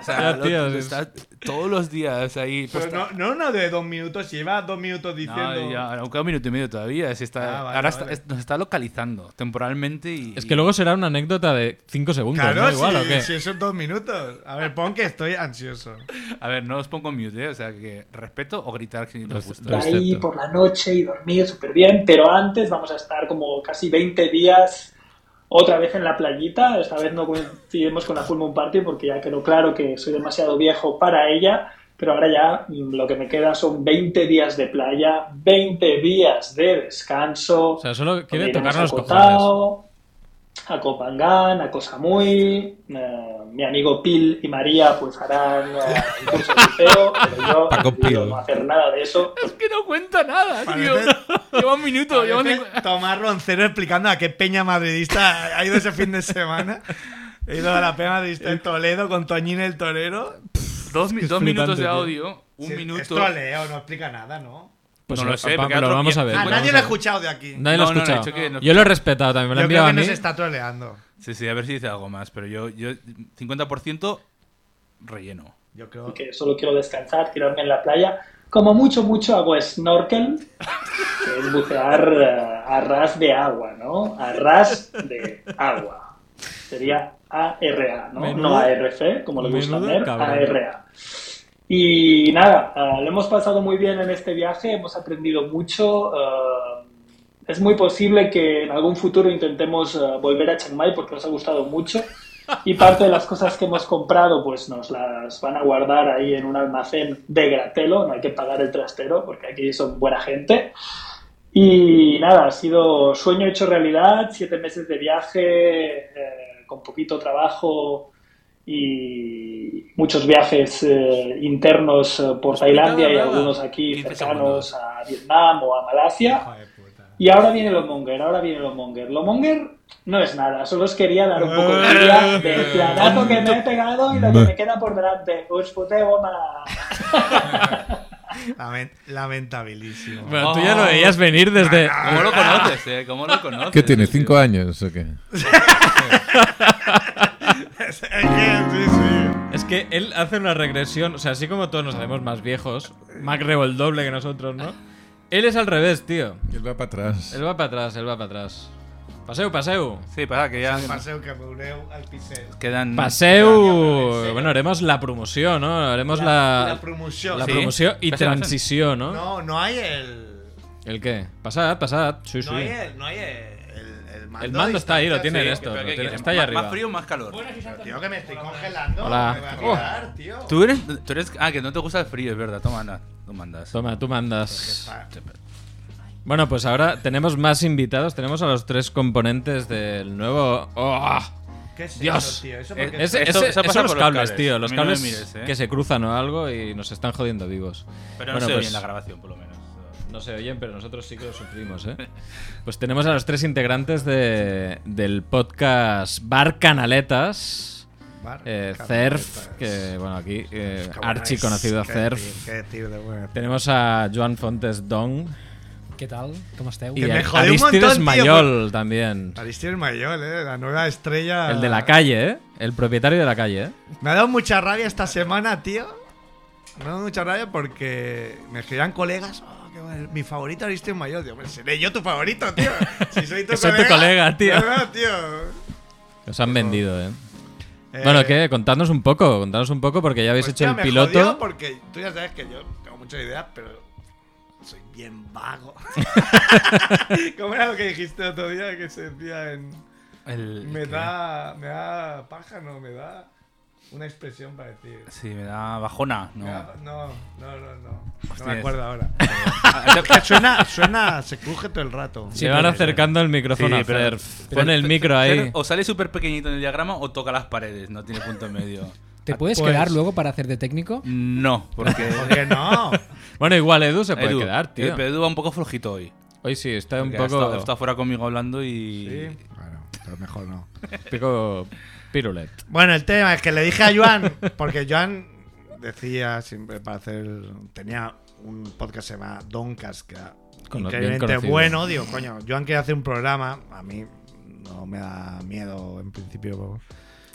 [SPEAKER 2] O sea,
[SPEAKER 1] Ya,
[SPEAKER 2] lo-
[SPEAKER 1] tío, es-
[SPEAKER 2] está todos los días ahí.
[SPEAKER 5] Pero
[SPEAKER 2] puesta-
[SPEAKER 5] no, no una de dos minutos, lleva dos minutos diciendo.
[SPEAKER 2] No, ya, aún queda un minuto y medio todavía. si está,
[SPEAKER 5] Ah, vale,
[SPEAKER 2] ahora está-
[SPEAKER 5] vale.
[SPEAKER 2] es- nos está localizando temporalmente y.
[SPEAKER 1] Es que luego será una anécdota de 5 segundos,
[SPEAKER 5] Claro,
[SPEAKER 1] ¿no? Igual,
[SPEAKER 5] si,
[SPEAKER 1] ¿o qué?
[SPEAKER 5] si son dos minutos. A ver, pon que estoy ansioso.
[SPEAKER 2] A ver, no os pongo en mute, ¿eh? o sea, que respeto o gritar si no os
[SPEAKER 1] Res-
[SPEAKER 2] gusta.
[SPEAKER 1] res-
[SPEAKER 6] Ahí
[SPEAKER 1] Perfecto.
[SPEAKER 6] por la noche y dormir súper bien, pero antes vamos a estar como casi 20 días otra vez en la playita. Esta vez no coincidimos con la Full Moon Party porque ya quedó claro que soy demasiado viejo para ella, pero ahora ya mm, lo que me queda son 20 días de playa, 20 días de descanso.
[SPEAKER 1] O sea, solo quiere
[SPEAKER 6] Donde iremos
[SPEAKER 1] tocarnos
[SPEAKER 6] a
[SPEAKER 1] los cojones.
[SPEAKER 6] Kotao, A Copangán, a Cosamuy, eh, mi amigo Pil y María pues harán eh, el curso de buceo, pero yo
[SPEAKER 3] Paco
[SPEAKER 6] decido
[SPEAKER 3] Pil.
[SPEAKER 6] no hacer nada de eso.
[SPEAKER 2] que no cuenta nada, tío. Lleva un minuto, lleva un
[SPEAKER 5] Parece Tomás Roncero explicando a qué peña madridista ha ido ese fin de semana. He ido a la peña madridista en Toledo con Toñín el Torero.
[SPEAKER 2] Dos, mi-
[SPEAKER 1] Es
[SPEAKER 2] dos minutos
[SPEAKER 1] flipante,
[SPEAKER 2] de
[SPEAKER 1] tío.
[SPEAKER 2] audio, un
[SPEAKER 5] Sí,
[SPEAKER 2] minuto.
[SPEAKER 5] Es troleo, no explica nada, ¿no?
[SPEAKER 1] Pues
[SPEAKER 2] No lo sé,
[SPEAKER 1] va-
[SPEAKER 2] porque
[SPEAKER 1] lo
[SPEAKER 2] otro
[SPEAKER 1] vamos a
[SPEAKER 2] día-
[SPEAKER 1] ver.
[SPEAKER 5] A
[SPEAKER 2] bueno,
[SPEAKER 5] nadie
[SPEAKER 2] no
[SPEAKER 5] lo ha
[SPEAKER 2] sé.
[SPEAKER 5] escuchado de aquí.
[SPEAKER 1] Nadie lo
[SPEAKER 2] No, no,
[SPEAKER 1] ha
[SPEAKER 2] no, he
[SPEAKER 1] escuchado.
[SPEAKER 2] dicho que no-
[SPEAKER 1] Yo lo he respetado también, me lo
[SPEAKER 5] Yo
[SPEAKER 1] han
[SPEAKER 5] creo
[SPEAKER 1] enviado
[SPEAKER 5] que
[SPEAKER 1] a
[SPEAKER 5] nos
[SPEAKER 1] mí.
[SPEAKER 5] está troleando.
[SPEAKER 2] Sí, sí, a ver si dice algo más, pero yo, yo 50% relleno.
[SPEAKER 5] Yo creo
[SPEAKER 6] porque solo quiero descansar, tirarme en la playa. Como mucho, mucho hago snorkel, que es bucear eh, a ras de agua, ¿no? A ras de agua. Sería ARA, ¿no?
[SPEAKER 1] Menudo-
[SPEAKER 6] no ARC, como le gusta
[SPEAKER 1] menudo
[SPEAKER 6] ver,
[SPEAKER 1] cabrón.
[SPEAKER 6] ARA. Y nada, eh, lo hemos pasado muy bien en este viaje, hemos aprendido mucho. eh, es muy posible que en algún futuro intentemos eh, volver a Chiang Mai porque nos ha gustado mucho. Y parte de las cosas que hemos comprado, pues nos las van a guardar ahí en un almacén de gratelo, no hay que pagar el trastero porque aquí son buena gente. Y nada, ha sido sueño hecho realidad, siete meses de viaje, eh, con poquito trabajo y muchos viajes eh, internos eh, por Tailandia y
[SPEAKER 2] nada.
[SPEAKER 6] algunos aquí
[SPEAKER 2] 15
[SPEAKER 6] cercanos
[SPEAKER 2] segundos.
[SPEAKER 6] a Vietnam o a Malasia.
[SPEAKER 5] Hijo de puta.
[SPEAKER 6] Y ahora viene lo monger, ahora viene lo monger. Lo monger No es nada, solo os quería dar un poco de idea del planazo que me he pegado y lo que me queda por delante. Os puté goma.
[SPEAKER 5] Lament- lamentabilísimo.
[SPEAKER 1] Bueno, tú ya lo veías venir desde.
[SPEAKER 5] Ah.
[SPEAKER 2] ¿Cómo lo conoces, eh? ¿Cómo lo conoces?
[SPEAKER 3] ¿Qué tiene?
[SPEAKER 2] tío?
[SPEAKER 3] ¿Cinco años o qué?
[SPEAKER 5] sí, sí.
[SPEAKER 1] Es que él hace una regresión, o sea, así como todos nos hacemos más viejos, más el doble que nosotros, ¿no? Él es al revés, tío.
[SPEAKER 3] Él va para atrás.
[SPEAKER 1] Él va para atrás, él va para atrás. Paseu, paseu.
[SPEAKER 2] Sí, pasa que ya
[SPEAKER 5] Paseo que veureu al Picel.
[SPEAKER 2] quedan.
[SPEAKER 1] Paseu. Bueno, haremos la promoción, ¿no? Haremos la,
[SPEAKER 5] La promoción.
[SPEAKER 1] la
[SPEAKER 2] Sí.
[SPEAKER 1] promoción y
[SPEAKER 2] Pasa, pasa.
[SPEAKER 1] transición, ¿no?
[SPEAKER 5] No, no hay el.
[SPEAKER 1] ¿El qué? Pasad, pasad. Sí,
[SPEAKER 5] No hay
[SPEAKER 1] sí.
[SPEAKER 5] el. No hay el, el, el mando.
[SPEAKER 1] El mando está ahí, lo
[SPEAKER 5] distancia,
[SPEAKER 1] tiene
[SPEAKER 5] sí.
[SPEAKER 1] en esto.
[SPEAKER 2] ¿Pero
[SPEAKER 1] lo
[SPEAKER 2] qué
[SPEAKER 1] tiene-
[SPEAKER 2] quieres?
[SPEAKER 1] está ahí
[SPEAKER 2] ¿Más-
[SPEAKER 1] arriba.
[SPEAKER 2] Más frío, más calor.
[SPEAKER 5] Pero, tío, que me estoy congelando.
[SPEAKER 1] Hola. Oh.
[SPEAKER 5] Me va a tirar, tío.
[SPEAKER 2] Tú eres, tú eres. Ah, que no te gusta el frío, es verdad. Toma, anda. Tú mandas.
[SPEAKER 1] Toma, tú mandas.
[SPEAKER 5] Pa-
[SPEAKER 1] Bueno, pues ahora tenemos más invitados. Tenemos a los tres componentes del nuevo. ¡Oh!
[SPEAKER 5] ¿Qué es
[SPEAKER 1] Dios.
[SPEAKER 5] eso, tío? Eso
[SPEAKER 2] Eh,
[SPEAKER 5] porque-
[SPEAKER 1] Ese-
[SPEAKER 2] Eso-
[SPEAKER 1] ese-
[SPEAKER 2] eso pasa
[SPEAKER 1] esos son los
[SPEAKER 2] por los
[SPEAKER 1] cables,
[SPEAKER 2] cables.
[SPEAKER 1] tío.
[SPEAKER 2] A
[SPEAKER 1] Los
[SPEAKER 2] mí no me
[SPEAKER 1] cables
[SPEAKER 2] mires, eh.
[SPEAKER 1] que se cruzan o algo y nos están jodiendo vivos.
[SPEAKER 2] Pero no
[SPEAKER 1] Bueno,
[SPEAKER 2] se
[SPEAKER 1] pues,
[SPEAKER 2] oye en la grabación, por lo menos.
[SPEAKER 1] No se oyen, pero nosotros sí que lo sufrimos, ¿eh? Pues tenemos a los tres integrantes de- del podcast Bar Canaletas.
[SPEAKER 5] Bar-
[SPEAKER 1] eh,
[SPEAKER 5] Cabronetas.
[SPEAKER 1] CERF, que bueno, aquí eh, archi conocido
[SPEAKER 5] Qué tío,
[SPEAKER 1] CERF.
[SPEAKER 5] Qué tío de bueno.
[SPEAKER 1] Tenemos a Joan Fontes Dong
[SPEAKER 7] Què tal? Com esteu?
[SPEAKER 1] y
[SPEAKER 5] Que me
[SPEAKER 1] a
[SPEAKER 5] jodió un montón,
[SPEAKER 1] Aristides
[SPEAKER 5] tío,
[SPEAKER 1] Mayol también.
[SPEAKER 5] Aristides Mayol, eh, la nueva estrella.
[SPEAKER 1] El de la calle, ¿eh? El propietario de la calle, ¿eh?
[SPEAKER 5] Me ha dado mucha rabia esta semana, tío. Me ha dado mucha rabia porque me escribían colegas. "Oh, qué bueno, Mi favorito Aristides Mayol. Digo, "Hombre, seré yo tu favorito, tío. Si soy tu
[SPEAKER 1] Que soy tu colega, tío.
[SPEAKER 5] No, no, tío.
[SPEAKER 1] Los han vendido, ¿eh?
[SPEAKER 5] Eh,
[SPEAKER 1] Bueno, ¿qué? Contadnos un poco, contadnos un poco, porque ya habéis
[SPEAKER 5] pues,
[SPEAKER 1] hecho
[SPEAKER 5] tío,
[SPEAKER 1] el
[SPEAKER 5] me
[SPEAKER 1] piloto.
[SPEAKER 5] jodió porque tú ya sabes que yo tengo muchas ideas, pero soy bien vago. ¿Cómo era lo que dijiste otro día que se decía en.
[SPEAKER 2] El-
[SPEAKER 5] Me
[SPEAKER 2] el-
[SPEAKER 5] da. Me da paja, no, me da una expresión para decir.
[SPEAKER 2] Sí, me da bajona. No.
[SPEAKER 5] Me da- No, no, no, no. No
[SPEAKER 2] Hostias.
[SPEAKER 5] me acuerdo ahora.
[SPEAKER 2] Ah, te-
[SPEAKER 5] suena, suena, se cruje todo el rato.
[SPEAKER 1] Se van acercando el micrófono
[SPEAKER 2] Sí,
[SPEAKER 1] a
[SPEAKER 2] pero-
[SPEAKER 1] Cerf.
[SPEAKER 2] pero-
[SPEAKER 1] Pon el micro ahí.
[SPEAKER 2] O sale súper pequeñito en el diagrama o toca las paredes. No tiene punto medio.
[SPEAKER 7] ¿Te puedes
[SPEAKER 5] Pues-
[SPEAKER 7] quedar luego para hacer de técnico?
[SPEAKER 2] No, porque.
[SPEAKER 5] ¿Por qué no?
[SPEAKER 1] Bueno, igual Edu se puede
[SPEAKER 2] Edu,
[SPEAKER 1] quedar, tío.
[SPEAKER 2] eh, Pero Edu va un poco flojito hoy.
[SPEAKER 1] Hoy sí, está un
[SPEAKER 2] Porque ha estado- ha
[SPEAKER 1] poco
[SPEAKER 2] estado fuera conmigo hablando y.
[SPEAKER 5] Bueno, pero mejor no.
[SPEAKER 1] pico pirulet.
[SPEAKER 5] Bueno, el tema es que le dije a Joan, porque Joan decía siempre para hacer. Tenía un podcast que se llama Doncas, que era
[SPEAKER 1] Cono- bien
[SPEAKER 5] increíblemente
[SPEAKER 1] conocido.
[SPEAKER 5] bueno. Digo, coño, Joan quiere hacer un programa. A mí no me da miedo en principio.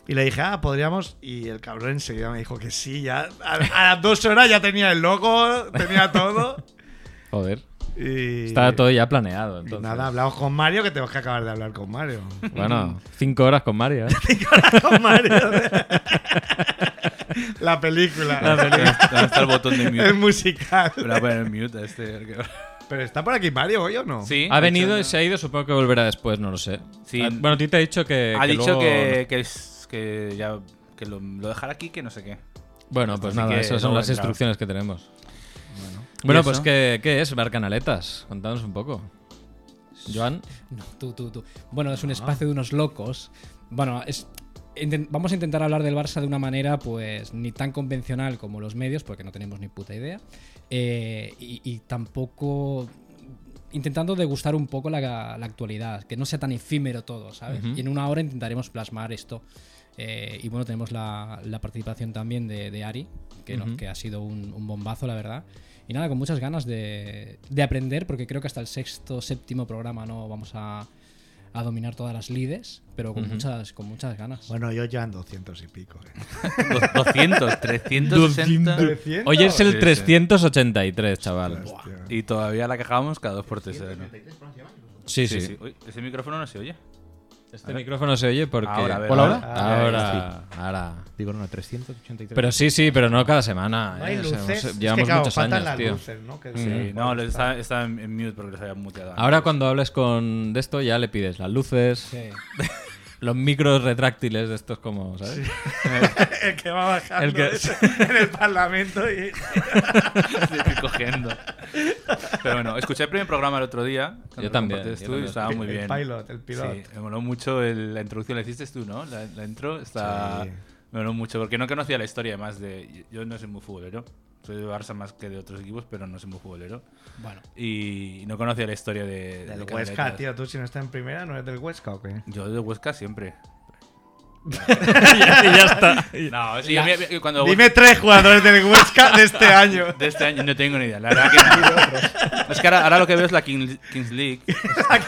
[SPEAKER 5] Y le dije, ah, podríamos. Y el cabrón enseguida me dijo que sí, ya. A, a las dos horas ya tenía el logo, tenía todo.
[SPEAKER 1] Joder.
[SPEAKER 5] Y
[SPEAKER 1] Está todo ya planeado,
[SPEAKER 5] Y
[SPEAKER 1] entonces.
[SPEAKER 5] nada, hablamos con Mario, que tenemos que acabar de hablar con Mario.
[SPEAKER 2] mm.
[SPEAKER 1] Bueno, cinco horas con Mario. ¿eh?
[SPEAKER 5] con Mario. la película.
[SPEAKER 2] ¿Dónde está el botón de
[SPEAKER 5] Es
[SPEAKER 2] mute?
[SPEAKER 5] musical.
[SPEAKER 2] Me la voy a poner en mute a este.
[SPEAKER 5] Pero está por aquí Mario hoy o no?
[SPEAKER 2] Sí.
[SPEAKER 1] Ha venido y se ha ido, supongo que volverá después, no lo sé.
[SPEAKER 2] Sí.
[SPEAKER 1] Ah, Bueno, a ti te ha dicho que.
[SPEAKER 2] Ha
[SPEAKER 1] que
[SPEAKER 2] dicho
[SPEAKER 1] luego-
[SPEAKER 2] que, que, es- que ya que lo, lo dejará aquí, que no sé qué.
[SPEAKER 1] Bueno, pues
[SPEAKER 2] Así
[SPEAKER 1] nada,
[SPEAKER 2] que
[SPEAKER 1] esas son
[SPEAKER 2] luego
[SPEAKER 1] las
[SPEAKER 2] entra.
[SPEAKER 1] instrucciones que tenemos. Bueno,
[SPEAKER 2] ¿Y
[SPEAKER 1] pues
[SPEAKER 2] eso?
[SPEAKER 1] ¿qué, qué es Bar Canaletas? Contanos un poco. Joan,
[SPEAKER 7] No, tú, tú, tú. Bueno, es un espacio de unos locos. Bueno, es... inten- Vamos a intentar hablar del Barça de una manera, pues, ni tan convencional como los medios, porque no tenemos ni puta idea. Eh, y, y tampoco intentando degustar un poco la, la actualidad, que no sea tan efímero todo, ¿sabes?
[SPEAKER 1] Ujú.
[SPEAKER 7] Y en una hora intentaremos plasmar esto. Eh, y bueno, tenemos la, la participación también de, de Ari, que, no-
[SPEAKER 1] Ujú.
[SPEAKER 7] que ha sido un, un bombazo, la verdad. Y nada, con muchas ganas de, de aprender, porque creo que hasta el sexto, séptimo programa no vamos a, a dominar todas las lides, pero con, muchas, con muchas ganas.
[SPEAKER 5] Bueno, yo ya en 200 y pico. eh.
[SPEAKER 2] Dos- 200, 360.
[SPEAKER 1] hoy es el
[SPEAKER 2] Sí, sí.
[SPEAKER 1] 383, chaval.
[SPEAKER 5] Hostia.
[SPEAKER 2] Y todavía la cagamos cada dos por tres. ¿eh? ¿no?
[SPEAKER 1] Sí,
[SPEAKER 2] Sí,
[SPEAKER 1] sí.
[SPEAKER 2] sí. Uy, ese micrófono no se oye.
[SPEAKER 1] Este micrófono se oye porque.
[SPEAKER 2] Ahora, a ver,
[SPEAKER 1] ¿Hola, ahora?
[SPEAKER 5] ahora?
[SPEAKER 1] Ahora, ahora.
[SPEAKER 8] Digo, no, no, 383.
[SPEAKER 1] Pero sí, sí, pero no cada semana.
[SPEAKER 5] No hay
[SPEAKER 1] eh, o sea,
[SPEAKER 5] luces.
[SPEAKER 1] hemos-
[SPEAKER 5] Es
[SPEAKER 1] llevamos
[SPEAKER 5] que, claro,
[SPEAKER 1] muchos
[SPEAKER 5] faltan
[SPEAKER 1] años,
[SPEAKER 5] las
[SPEAKER 1] tío.
[SPEAKER 5] luces, ¿no? Que
[SPEAKER 2] Sí,
[SPEAKER 5] sí,
[SPEAKER 2] no, lo- está, está en en mute porque los había muteado. antes.
[SPEAKER 1] Ahora cuando hables con de esto ya le pides las luces,
[SPEAKER 7] Sí.
[SPEAKER 1] los micros retráctiles de estos como, ¿sabes?
[SPEAKER 5] el que va bajando
[SPEAKER 1] El que-
[SPEAKER 5] en el parlamento y
[SPEAKER 2] Estoy cogiendo. Pero bueno, escuché el primer programa el otro día. cuando
[SPEAKER 1] Yo
[SPEAKER 2] lo
[SPEAKER 1] también,
[SPEAKER 2] compartiste
[SPEAKER 1] yo
[SPEAKER 2] tú, y
[SPEAKER 1] también.
[SPEAKER 2] estaba Ah, muy
[SPEAKER 5] el
[SPEAKER 2] bien.
[SPEAKER 5] pilot, el pilot.
[SPEAKER 2] Sí, me moló mucho el- la introducción. La hiciste tú, ¿no? La, la intro. Está,
[SPEAKER 5] Sí.
[SPEAKER 2] Me habló mucho, porque no conocía la historia además de... Yo no soy muy futbolero. Soy de Barça más que de otros equipos, pero no soy muy futbolero.
[SPEAKER 7] Bueno,
[SPEAKER 2] Y no conocía la historia de...
[SPEAKER 5] Del
[SPEAKER 2] de
[SPEAKER 5] Huesca,
[SPEAKER 2] Canaletas.
[SPEAKER 5] tío. Tú si no estás en primera, ¿no eres del Huesca o qué?
[SPEAKER 2] Yo de Huesca siempre.
[SPEAKER 1] y ya está.
[SPEAKER 2] No, sí, yo me- me- cuando...
[SPEAKER 5] Dime tres jugadores del Huesca de este año.
[SPEAKER 2] De este año no tengo ni idea. La verdad que no. Es que ahora, ahora lo que veo es la Kings, Kings League. O sea,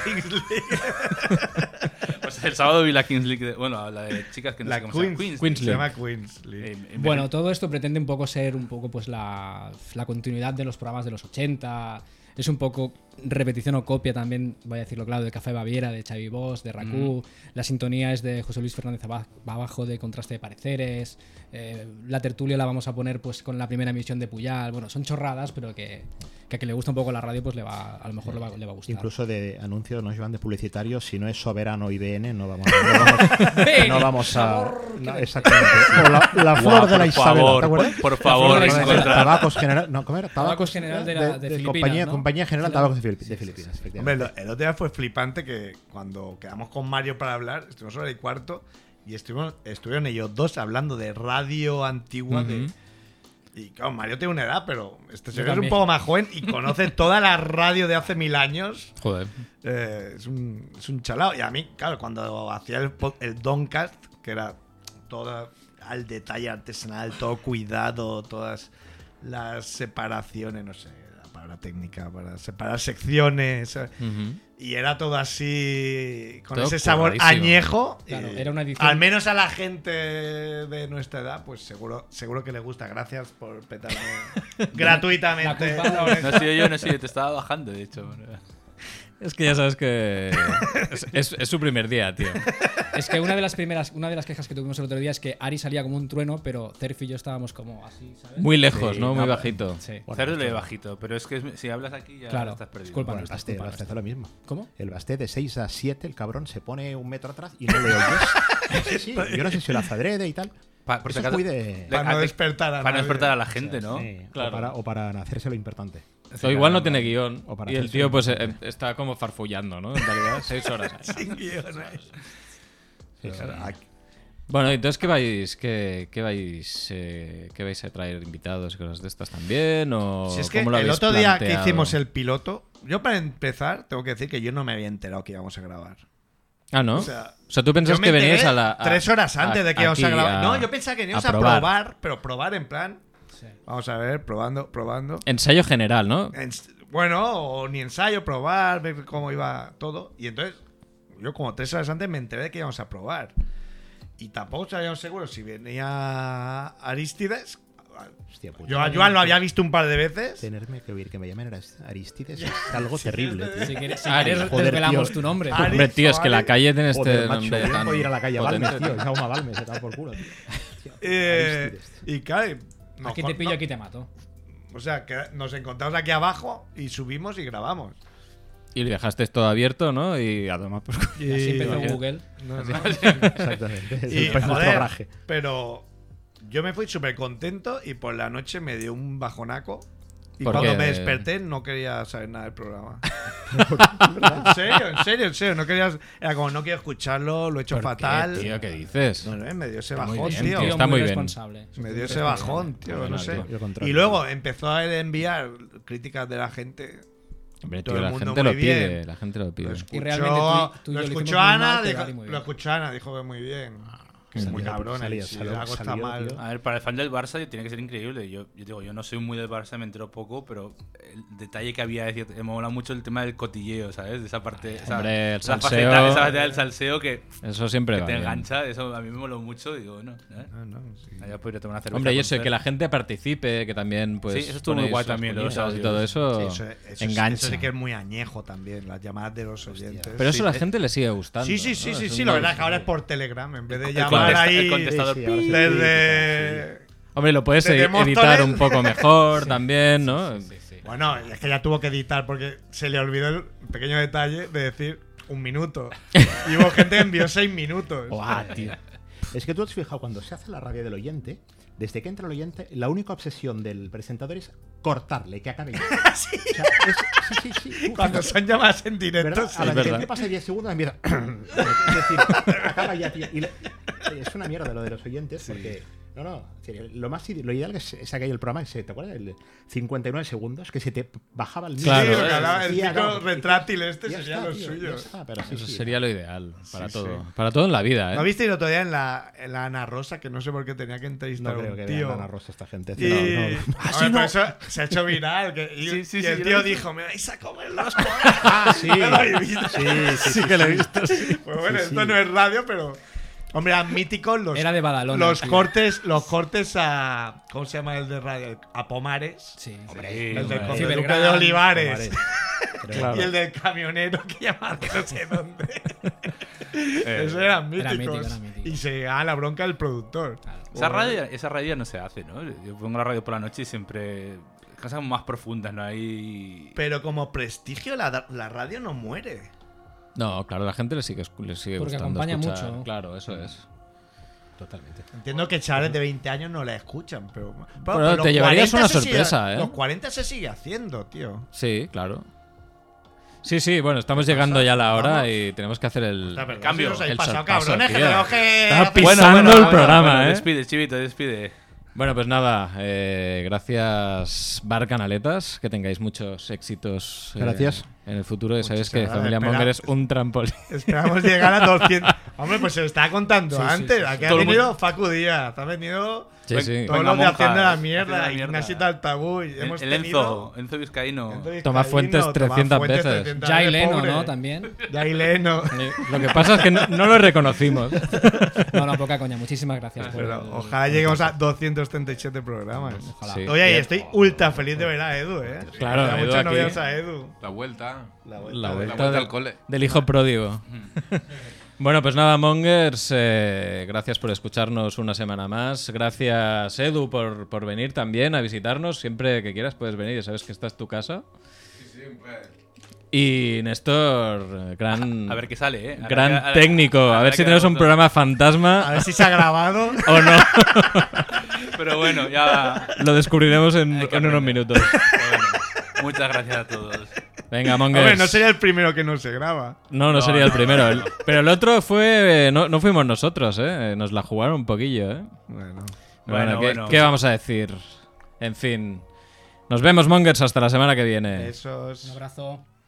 [SPEAKER 2] Pues el sábado vi la Kings League. de- bueno, la de chicas que no
[SPEAKER 5] La
[SPEAKER 2] sé cómo se llama.
[SPEAKER 5] Queens.
[SPEAKER 1] Queens
[SPEAKER 5] Se
[SPEAKER 1] League.
[SPEAKER 5] llama Queens League.
[SPEAKER 2] Eh, en-
[SPEAKER 7] Bueno, todo esto pretende un poco ser un poco pues la, la continuidad de los programas de los 80. Es un poco repetición o copia también, voy a decirlo claro, de Café Baviera, de Xavi Bosch, de Rakú. La sintonía es de José Luis Fernández Aba- Abajo de Contraste de Pareceres. Eh, la tertulia la vamos a poner pues con la primera emisión de Puyal. Bueno, son chorradas, pero que, que a que le gusta un poco la radio pues le va, a lo mejor le va, le va a gustar.
[SPEAKER 8] Incluso de anuncios nos llevan de publicitarios. Si no es Soberano IBN, no vamos, no vamos, no vamos a. no, exactamente. O la, la
[SPEAKER 2] Guau,
[SPEAKER 8] flor de la
[SPEAKER 2] por
[SPEAKER 8] Isabel.
[SPEAKER 2] favor,
[SPEAKER 8] ¿te acuerdas?
[SPEAKER 2] por- por favor,
[SPEAKER 8] La flor de la Isabel.
[SPEAKER 2] encontrar-
[SPEAKER 8] Tabacos General. No, ¿cómo era?
[SPEAKER 7] Tabacos General de la- de Filipinas,
[SPEAKER 8] compañía,
[SPEAKER 7] ¿no?
[SPEAKER 8] compañía General Tabacos de, Filipi- de Filipinas.
[SPEAKER 5] Hombre,
[SPEAKER 8] efectivamente.
[SPEAKER 5] lo- el otro día fue flipante que cuando quedamos con Mario para hablar, estuvimos sobre el cuarto y estuvimos, estuvieron ellos dos hablando de radio antigua de. Y claro, Mario tiene una edad, pero este señor es un
[SPEAKER 7] también.
[SPEAKER 5] poco más joven y conoce toda la radio de hace mil años.
[SPEAKER 1] Joder.
[SPEAKER 5] Eh, es, un, es un chalao. Y a mí, claro, cuando hacía el, po- el Doncast, que era todo al detalle artesanal, todo cuidado, todas las separaciones, no sé, la palabra técnica para separar secciones. eh, Y era todo así, con
[SPEAKER 1] Todo
[SPEAKER 5] ese sabor
[SPEAKER 1] curradísimo.
[SPEAKER 5] añejo.
[SPEAKER 7] Claro,
[SPEAKER 5] y
[SPEAKER 7] era una edición-
[SPEAKER 5] Al menos a la gente de nuestra edad, pues seguro, seguro que le gusta. Gracias por petarme gratuitamente.
[SPEAKER 7] La culpa-
[SPEAKER 5] la oreja.
[SPEAKER 2] No he sido yo, no he sido yo, te estaba bajando, de hecho.
[SPEAKER 1] Es que ya sabes que. Es, es- es su primer día, tío.
[SPEAKER 7] Es que una de las primeras, una de las quejas que tuvimos el otro día es que Ari salía como un trueno, pero Cerf y yo estábamos como así, ¿sabes?
[SPEAKER 1] Muy lejos,
[SPEAKER 8] Sí,
[SPEAKER 1] ¿no? Muy
[SPEAKER 8] no,
[SPEAKER 1] bajito.
[SPEAKER 7] Sí.
[SPEAKER 2] Hacerlo de bajito, pero es que es- si hablas aquí ya
[SPEAKER 7] Claro,
[SPEAKER 2] estás perdido.
[SPEAKER 7] disculpa.
[SPEAKER 8] Bueno, el
[SPEAKER 7] nuestra,
[SPEAKER 8] Basté, el
[SPEAKER 7] culpa
[SPEAKER 8] Basté
[SPEAKER 7] nuestra.
[SPEAKER 8] hace lo mismo.
[SPEAKER 7] ¿Cómo?
[SPEAKER 8] El Basté de 6 a 7, el cabrón se pone un metro atrás y no le oyes. Sí, sí, yo no sé si lo hace adrede y tal.
[SPEAKER 2] Pa- por
[SPEAKER 8] Eso
[SPEAKER 2] si
[SPEAKER 8] es
[SPEAKER 2] acaso-
[SPEAKER 8] muy de-
[SPEAKER 2] Le-
[SPEAKER 5] Para no
[SPEAKER 2] a-
[SPEAKER 5] despertar a
[SPEAKER 2] Para no
[SPEAKER 5] nadie.
[SPEAKER 2] despertar a la gente, ¿no?
[SPEAKER 8] Sí,
[SPEAKER 1] Claro.
[SPEAKER 8] o, para, o para hacerse lo importante.
[SPEAKER 1] O igual no tiene guión.
[SPEAKER 8] O para
[SPEAKER 1] Y el
[SPEAKER 8] hacerse
[SPEAKER 1] tío,
[SPEAKER 8] un
[SPEAKER 1] pues, eh, está como farfullando, ¿no? En realidad, seis horas.
[SPEAKER 5] Sin guiones.
[SPEAKER 8] Sí, sí.
[SPEAKER 1] Bueno, entonces, ¿qué vais, qué, qué vais, eh, qué vais a traer invitados y cosas de estas también? ¿O
[SPEAKER 5] Si es que
[SPEAKER 1] cómo lo
[SPEAKER 5] el
[SPEAKER 1] habéis
[SPEAKER 5] otro día
[SPEAKER 1] planteado?
[SPEAKER 5] que hicimos el piloto, yo para empezar tengo que decir que yo no me había enterado que íbamos a grabar.
[SPEAKER 1] Ah, ¿no?
[SPEAKER 5] O
[SPEAKER 1] O
[SPEAKER 5] sea,
[SPEAKER 1] sea, tú pensás
[SPEAKER 5] Yo me
[SPEAKER 1] que venías
[SPEAKER 5] enteré
[SPEAKER 1] a la. a-
[SPEAKER 5] tres horas antes de que íbamos a
[SPEAKER 1] aquí
[SPEAKER 5] grabar. no, yo pensaba que íbamos a probar. pero probar en plan.
[SPEAKER 7] Sí.
[SPEAKER 5] Vamos a ver, probando, probando.
[SPEAKER 1] Ensayo general, ¿no?
[SPEAKER 5] Ens- bueno, o ni ensayo, probar, ver cómo iba todo. Y entonces, yo como tres horas antes me enteré de que íbamos a probar. Y tampoco sabíamos seguro si venía Aristides.
[SPEAKER 8] Hostia puta.
[SPEAKER 5] Yo a Joan lo había visto un par de veces.
[SPEAKER 8] Tenerme que oír que me llamen Aras- Aristides es algo terrible, tío.
[SPEAKER 7] Si quieres, si
[SPEAKER 1] Ari,
[SPEAKER 7] quieres
[SPEAKER 8] joder,
[SPEAKER 7] desvelamos
[SPEAKER 8] tío.
[SPEAKER 7] tu nombre.
[SPEAKER 5] Ari,
[SPEAKER 1] Hombre, tío, es que la
[SPEAKER 5] Ari.
[SPEAKER 1] calle tiene este
[SPEAKER 8] Joder, macho,
[SPEAKER 1] nombre
[SPEAKER 8] yo
[SPEAKER 1] tan
[SPEAKER 8] puedo ir a la calle a
[SPEAKER 1] potente.
[SPEAKER 8] Balmes, tío. Es Jaume Balmes, se da por culo, tío. Hostia,
[SPEAKER 5] Eh,
[SPEAKER 8] Aristides.
[SPEAKER 5] y claro, y nos
[SPEAKER 7] Aquí te
[SPEAKER 5] con-
[SPEAKER 7] pillo, aquí te mato.
[SPEAKER 5] O sea, que nos encontramos aquí abajo y subimos y grabamos.
[SPEAKER 1] Y le dejaste todo abierto, ¿no? Y a tomar por culo.
[SPEAKER 7] Y así empezó
[SPEAKER 1] vaya.
[SPEAKER 7] Google.
[SPEAKER 5] No, no.
[SPEAKER 8] Exactamente. Es
[SPEAKER 5] Y,
[SPEAKER 8] el nuestro
[SPEAKER 5] joder,
[SPEAKER 8] garaje.
[SPEAKER 5] pero yo me fui súper contento y por la noche me dio un bajonaco. Y
[SPEAKER 1] ¿Por
[SPEAKER 5] cuando
[SPEAKER 1] qué?
[SPEAKER 5] me desperté no quería saber nada del programa. en serio, en serio, en serio. No quería, era como, no quiero escucharlo, lo he hecho
[SPEAKER 1] ¿Por qué,
[SPEAKER 5] fatal.
[SPEAKER 1] tío? ¿Qué dices?
[SPEAKER 5] No, no, me dio ese
[SPEAKER 1] Está muy
[SPEAKER 5] bajón,
[SPEAKER 1] bien,
[SPEAKER 5] tío.
[SPEAKER 1] tío. Está muy bien.
[SPEAKER 7] responsable.
[SPEAKER 5] Me dio ese bajón, tío,
[SPEAKER 1] Bueno,
[SPEAKER 5] no sé.
[SPEAKER 1] tío,
[SPEAKER 8] yo contrario.
[SPEAKER 5] Y luego empezó a enviar críticas de la gente
[SPEAKER 1] Hombre,
[SPEAKER 5] Todo
[SPEAKER 1] tío,
[SPEAKER 5] el
[SPEAKER 1] la
[SPEAKER 5] mundo
[SPEAKER 1] gente
[SPEAKER 5] muy
[SPEAKER 1] lo pide,
[SPEAKER 5] bien. Pues,
[SPEAKER 1] la gente lo
[SPEAKER 5] Lo
[SPEAKER 1] pide.
[SPEAKER 5] escuchó,
[SPEAKER 7] Y realmente tú- tú
[SPEAKER 5] lo
[SPEAKER 7] y yo lo hicimos
[SPEAKER 5] escuchó
[SPEAKER 7] muy
[SPEAKER 5] Ana,
[SPEAKER 7] mal, pero
[SPEAKER 5] dijo-
[SPEAKER 7] Ali muy bien.
[SPEAKER 5] lo escuchó Ana, dijo que muy bien. Que es
[SPEAKER 8] Salió,
[SPEAKER 5] muy cabrón,
[SPEAKER 8] salió,
[SPEAKER 5] y si
[SPEAKER 8] salió,
[SPEAKER 5] algo está
[SPEAKER 8] salió,
[SPEAKER 5] mal.
[SPEAKER 8] tío.
[SPEAKER 2] A ver, para el fan del Barça tiene que ser increíble. Yo, yo digo, yo no soy muy del Barça, me entero poco, pero el detalle que había, es decir, me mola mucho el tema del cotilleo, ¿sabes? De esa parte, esa,
[SPEAKER 1] hombre, el
[SPEAKER 2] esa
[SPEAKER 1] salseo.
[SPEAKER 2] faceta, esa faceta del salseo que,
[SPEAKER 1] Eso siempre
[SPEAKER 2] que
[SPEAKER 1] va
[SPEAKER 2] te
[SPEAKER 1] bien.
[SPEAKER 2] engancha, eso a mí me moló mucho, digo, bueno, ¿eh?
[SPEAKER 5] Ah, No, no, sí.
[SPEAKER 2] Allá podría tomar una cerveza.
[SPEAKER 1] Hombre, yo
[SPEAKER 2] con
[SPEAKER 1] sé
[SPEAKER 2] Fer.
[SPEAKER 1] que la gente participe, que también pues
[SPEAKER 2] Sí, eso estuvo muy
[SPEAKER 1] ponéis
[SPEAKER 2] guay
[SPEAKER 1] las
[SPEAKER 2] también, lo de los
[SPEAKER 1] cuñitas y
[SPEAKER 2] audios.
[SPEAKER 1] todo
[SPEAKER 5] Sí,
[SPEAKER 1] eso,
[SPEAKER 5] eso, eso es-
[SPEAKER 1] engancha.
[SPEAKER 5] eso sí que es muy añejo también, las llamadas de los oyentes.
[SPEAKER 1] Pero eso a la
[SPEAKER 5] Sí.
[SPEAKER 1] gente le sigue gustando.
[SPEAKER 5] Sí, sí, sí,
[SPEAKER 1] ¿no?
[SPEAKER 5] sí,
[SPEAKER 1] Es
[SPEAKER 5] sí,
[SPEAKER 1] un
[SPEAKER 5] la
[SPEAKER 1] buen-
[SPEAKER 5] verdad es que ahora es por Telegram, en vez de
[SPEAKER 2] El
[SPEAKER 5] llamar
[SPEAKER 2] contesta-
[SPEAKER 5] ahí
[SPEAKER 2] el contestador.
[SPEAKER 8] Sí, sí, ahora sí.
[SPEAKER 5] desde...
[SPEAKER 1] Hombre, lo puedes
[SPEAKER 5] Desde
[SPEAKER 1] edi-
[SPEAKER 5] Móstoles.
[SPEAKER 1] editar un poco mejor también, ¿no?
[SPEAKER 5] Bueno, es que ya tuvo que editar porque se le olvidó el pequeño detalle de decir un minuto. Y hubo gente que envió seis minutos.
[SPEAKER 8] Buah, tío. Es que tú has fijado, cuando se hace la rabia del oyente, Desde que entra el oyente, la única obsesión del presentador es cortarle, que acabe. ya. O sea, es- sí, sí, sí. Tú,
[SPEAKER 5] Cuando
[SPEAKER 8] fíjate,
[SPEAKER 5] son llamadas en directo.
[SPEAKER 8] ¿verdad?
[SPEAKER 5] sí.
[SPEAKER 8] A la
[SPEAKER 1] Es
[SPEAKER 8] que
[SPEAKER 1] verdad.
[SPEAKER 8] te pasa 10 segundos empieza. es decir, acaba ya, tío. Y le- es una mierda lo de los oyentes porque. No, no. en serio, Lo, más, ide- lo ideal que se- es aquel el programa, que se- ¿te acuerdas? El de 59 segundos, que se te bajaba el micro.
[SPEAKER 5] Sí,
[SPEAKER 1] Claro,
[SPEAKER 5] lo que
[SPEAKER 2] eh,
[SPEAKER 5] hablaba el
[SPEAKER 8] Sí,
[SPEAKER 5] chico
[SPEAKER 8] acabo.
[SPEAKER 5] retráctil este
[SPEAKER 8] Ya
[SPEAKER 5] sería
[SPEAKER 8] está,
[SPEAKER 5] lo
[SPEAKER 8] tío,
[SPEAKER 5] suyo.
[SPEAKER 8] ya está, pero sí,
[SPEAKER 1] Eso
[SPEAKER 8] sí.
[SPEAKER 1] sería lo ideal para
[SPEAKER 5] Sí,
[SPEAKER 1] todo. Para todo en la vida, ¿eh?
[SPEAKER 5] ¿No visteis el otro día en la, en la Ana Rosa? Que no sé por qué tenía que entrevistar
[SPEAKER 8] No
[SPEAKER 5] a
[SPEAKER 8] creo
[SPEAKER 5] un
[SPEAKER 8] que
[SPEAKER 5] tío.
[SPEAKER 8] vean a Ana Rosa esta gente.
[SPEAKER 5] Y...
[SPEAKER 8] No, no.
[SPEAKER 5] A ver, pero eso se ha hecho viral. que- y,
[SPEAKER 2] Sí, sí,
[SPEAKER 5] y
[SPEAKER 2] sí,
[SPEAKER 5] el
[SPEAKER 2] yo
[SPEAKER 5] tío
[SPEAKER 2] lo vi.
[SPEAKER 5] dijo: Me vais a comer las Ah, sí. lo habéis visto?
[SPEAKER 1] sí que lo he visto.
[SPEAKER 5] Pues bueno, esto no es radio, pero. Hombre, eran míticos los,
[SPEAKER 7] Era de Badalona.
[SPEAKER 5] los
[SPEAKER 7] tío.
[SPEAKER 5] cortes, los cortes a. ¿Cómo se llama el de radio? A Pomares.
[SPEAKER 7] Sí.
[SPEAKER 5] el del
[SPEAKER 2] hombre.
[SPEAKER 5] conde
[SPEAKER 7] Cibergrán,
[SPEAKER 5] Duque de Olivares.
[SPEAKER 7] Pomares.
[SPEAKER 5] Y el del camionero que llamaba no sé dónde.
[SPEAKER 2] Eh,
[SPEAKER 5] Eso eran míticos.
[SPEAKER 7] era mítico, era mítico.
[SPEAKER 5] Y se llegaba la bronca del productor.
[SPEAKER 2] Esa radio, esa radio no se hace, ¿no? Yo pongo la radio por la noche y siempre. Cosas más profundas, ¿no? Hay.
[SPEAKER 5] Pero como prestigio, la, la radio no muere.
[SPEAKER 1] No, claro, la gente le sigue, escu- le sigue
[SPEAKER 7] Porque
[SPEAKER 1] gustando
[SPEAKER 7] acompaña
[SPEAKER 1] escuchar.
[SPEAKER 7] mucho.
[SPEAKER 1] Claro, eso es.
[SPEAKER 7] Totalmente.
[SPEAKER 5] Entiendo que chavales de 20 años no la escuchan, pero.
[SPEAKER 1] Pero
[SPEAKER 5] los
[SPEAKER 1] te llevarías
[SPEAKER 5] 40
[SPEAKER 1] una
[SPEAKER 5] se sigue-
[SPEAKER 1] sorpresa, ¿eh?
[SPEAKER 5] Los 40 se sigue haciendo, tío.
[SPEAKER 1] Sí, claro. Sí, sí, bueno, estamos llegando ya a la hora y tenemos que hacer el.
[SPEAKER 5] pero
[SPEAKER 2] cambio,
[SPEAKER 5] si os habéis
[SPEAKER 1] el
[SPEAKER 5] pasado,
[SPEAKER 1] sorpaso,
[SPEAKER 5] cabrones, que
[SPEAKER 1] tío.
[SPEAKER 5] tenemos que.
[SPEAKER 1] Está
[SPEAKER 5] hacer-
[SPEAKER 1] pisando el programa, ¿eh?
[SPEAKER 2] Despide, chivito, despide.
[SPEAKER 1] Bueno, pues nada, eh, gracias Bar Canaletas, que tengáis muchos éxitos eh,
[SPEAKER 8] Gracias.
[SPEAKER 1] en el futuro. Ya sabéis que
[SPEAKER 5] Muchísimas gracias.
[SPEAKER 1] Familia
[SPEAKER 5] Espera.
[SPEAKER 1] Monger es un trampolín.
[SPEAKER 5] Esperamos llegar a 200. Hombre, pues se lo estaba contando
[SPEAKER 7] Sí, sí,
[SPEAKER 5] antes.
[SPEAKER 7] sí, sí.
[SPEAKER 5] Aquí ha
[SPEAKER 2] Todo el
[SPEAKER 5] venido Facu Díaz, ha venido
[SPEAKER 1] Sí,
[SPEAKER 2] Ven-
[SPEAKER 1] sí.
[SPEAKER 5] todos
[SPEAKER 2] Venga,
[SPEAKER 5] los de
[SPEAKER 2] monjas,
[SPEAKER 5] Haciendo la
[SPEAKER 2] Haciendo
[SPEAKER 5] Mierda,
[SPEAKER 2] la Mierda.
[SPEAKER 5] Ignasita del Tabú. y
[SPEAKER 2] El,
[SPEAKER 5] hemos
[SPEAKER 2] el
[SPEAKER 5] tenido-
[SPEAKER 2] Enzo, Enzo Vizcaíno.
[SPEAKER 5] Enzo Vizcaíno,
[SPEAKER 1] Tomás Fuentes
[SPEAKER 5] Tomás
[SPEAKER 1] 300
[SPEAKER 5] Fuentes
[SPEAKER 1] veces.
[SPEAKER 5] 300
[SPEAKER 7] Jay
[SPEAKER 5] veces,
[SPEAKER 7] Leno,
[SPEAKER 5] pobre.
[SPEAKER 7] ¿no? También.
[SPEAKER 5] Jay Leno.
[SPEAKER 1] Lo que pasa es que no, no lo reconocimos.
[SPEAKER 7] No, no, poca coña. Muchísimas gracias. por
[SPEAKER 5] Pero
[SPEAKER 7] el-
[SPEAKER 5] ojalá lleguemos a 237 programas.
[SPEAKER 7] Ojalá.
[SPEAKER 1] Sí.
[SPEAKER 5] Oye, y estoy ultra feliz de ver a Edu, ¿eh?
[SPEAKER 1] Claro,
[SPEAKER 5] Hace
[SPEAKER 1] Edu
[SPEAKER 5] mucho no
[SPEAKER 1] aquí.
[SPEAKER 5] veías a Edu.
[SPEAKER 3] La vuelta.
[SPEAKER 1] La vuelta,
[SPEAKER 3] vuelta
[SPEAKER 1] del,
[SPEAKER 3] al cole.
[SPEAKER 1] del hijo pródigo. bueno, pues nada, Mongers, eh, gracias por escucharnos una semana más. Gracias, Edu, por, por venir también a visitarnos. Siempre que quieras puedes venir, ya sabes que esta es tu casa. Y Néstor, eh, gran,
[SPEAKER 2] A ver qué sale, ¿eh? Habrá
[SPEAKER 1] gran
[SPEAKER 2] que- habrá-
[SPEAKER 1] técnico. A
[SPEAKER 2] habrá
[SPEAKER 1] ver si
[SPEAKER 2] que
[SPEAKER 1] tenemos un
[SPEAKER 2] darlo
[SPEAKER 1] programa
[SPEAKER 5] A
[SPEAKER 1] fantasma
[SPEAKER 5] ver si se ha grabado.
[SPEAKER 1] o no.
[SPEAKER 2] todo. Pero bueno, ya va.
[SPEAKER 1] Lo descubriremos en,
[SPEAKER 2] Hay que
[SPEAKER 1] en unos
[SPEAKER 2] aprender.
[SPEAKER 1] minutos.
[SPEAKER 2] Bueno, muchas gracias a todos.
[SPEAKER 1] Venga, Mongers.
[SPEAKER 5] Hombre, no sería el primero que no se graba.
[SPEAKER 1] No, no, sería el primero. El- Pero el otro fue. eh, No, no fuimos nosotros, ¿eh? Nos la jugaron un poquillo, ¿eh?
[SPEAKER 5] Bueno.
[SPEAKER 1] Bueno,
[SPEAKER 2] Bueno,
[SPEAKER 1] ¿qué,
[SPEAKER 2] bueno.
[SPEAKER 1] qué vamos a decir? En fin. Nos vemos, Mongers, hasta la semana que viene.
[SPEAKER 5] Esos.
[SPEAKER 7] Un abrazo.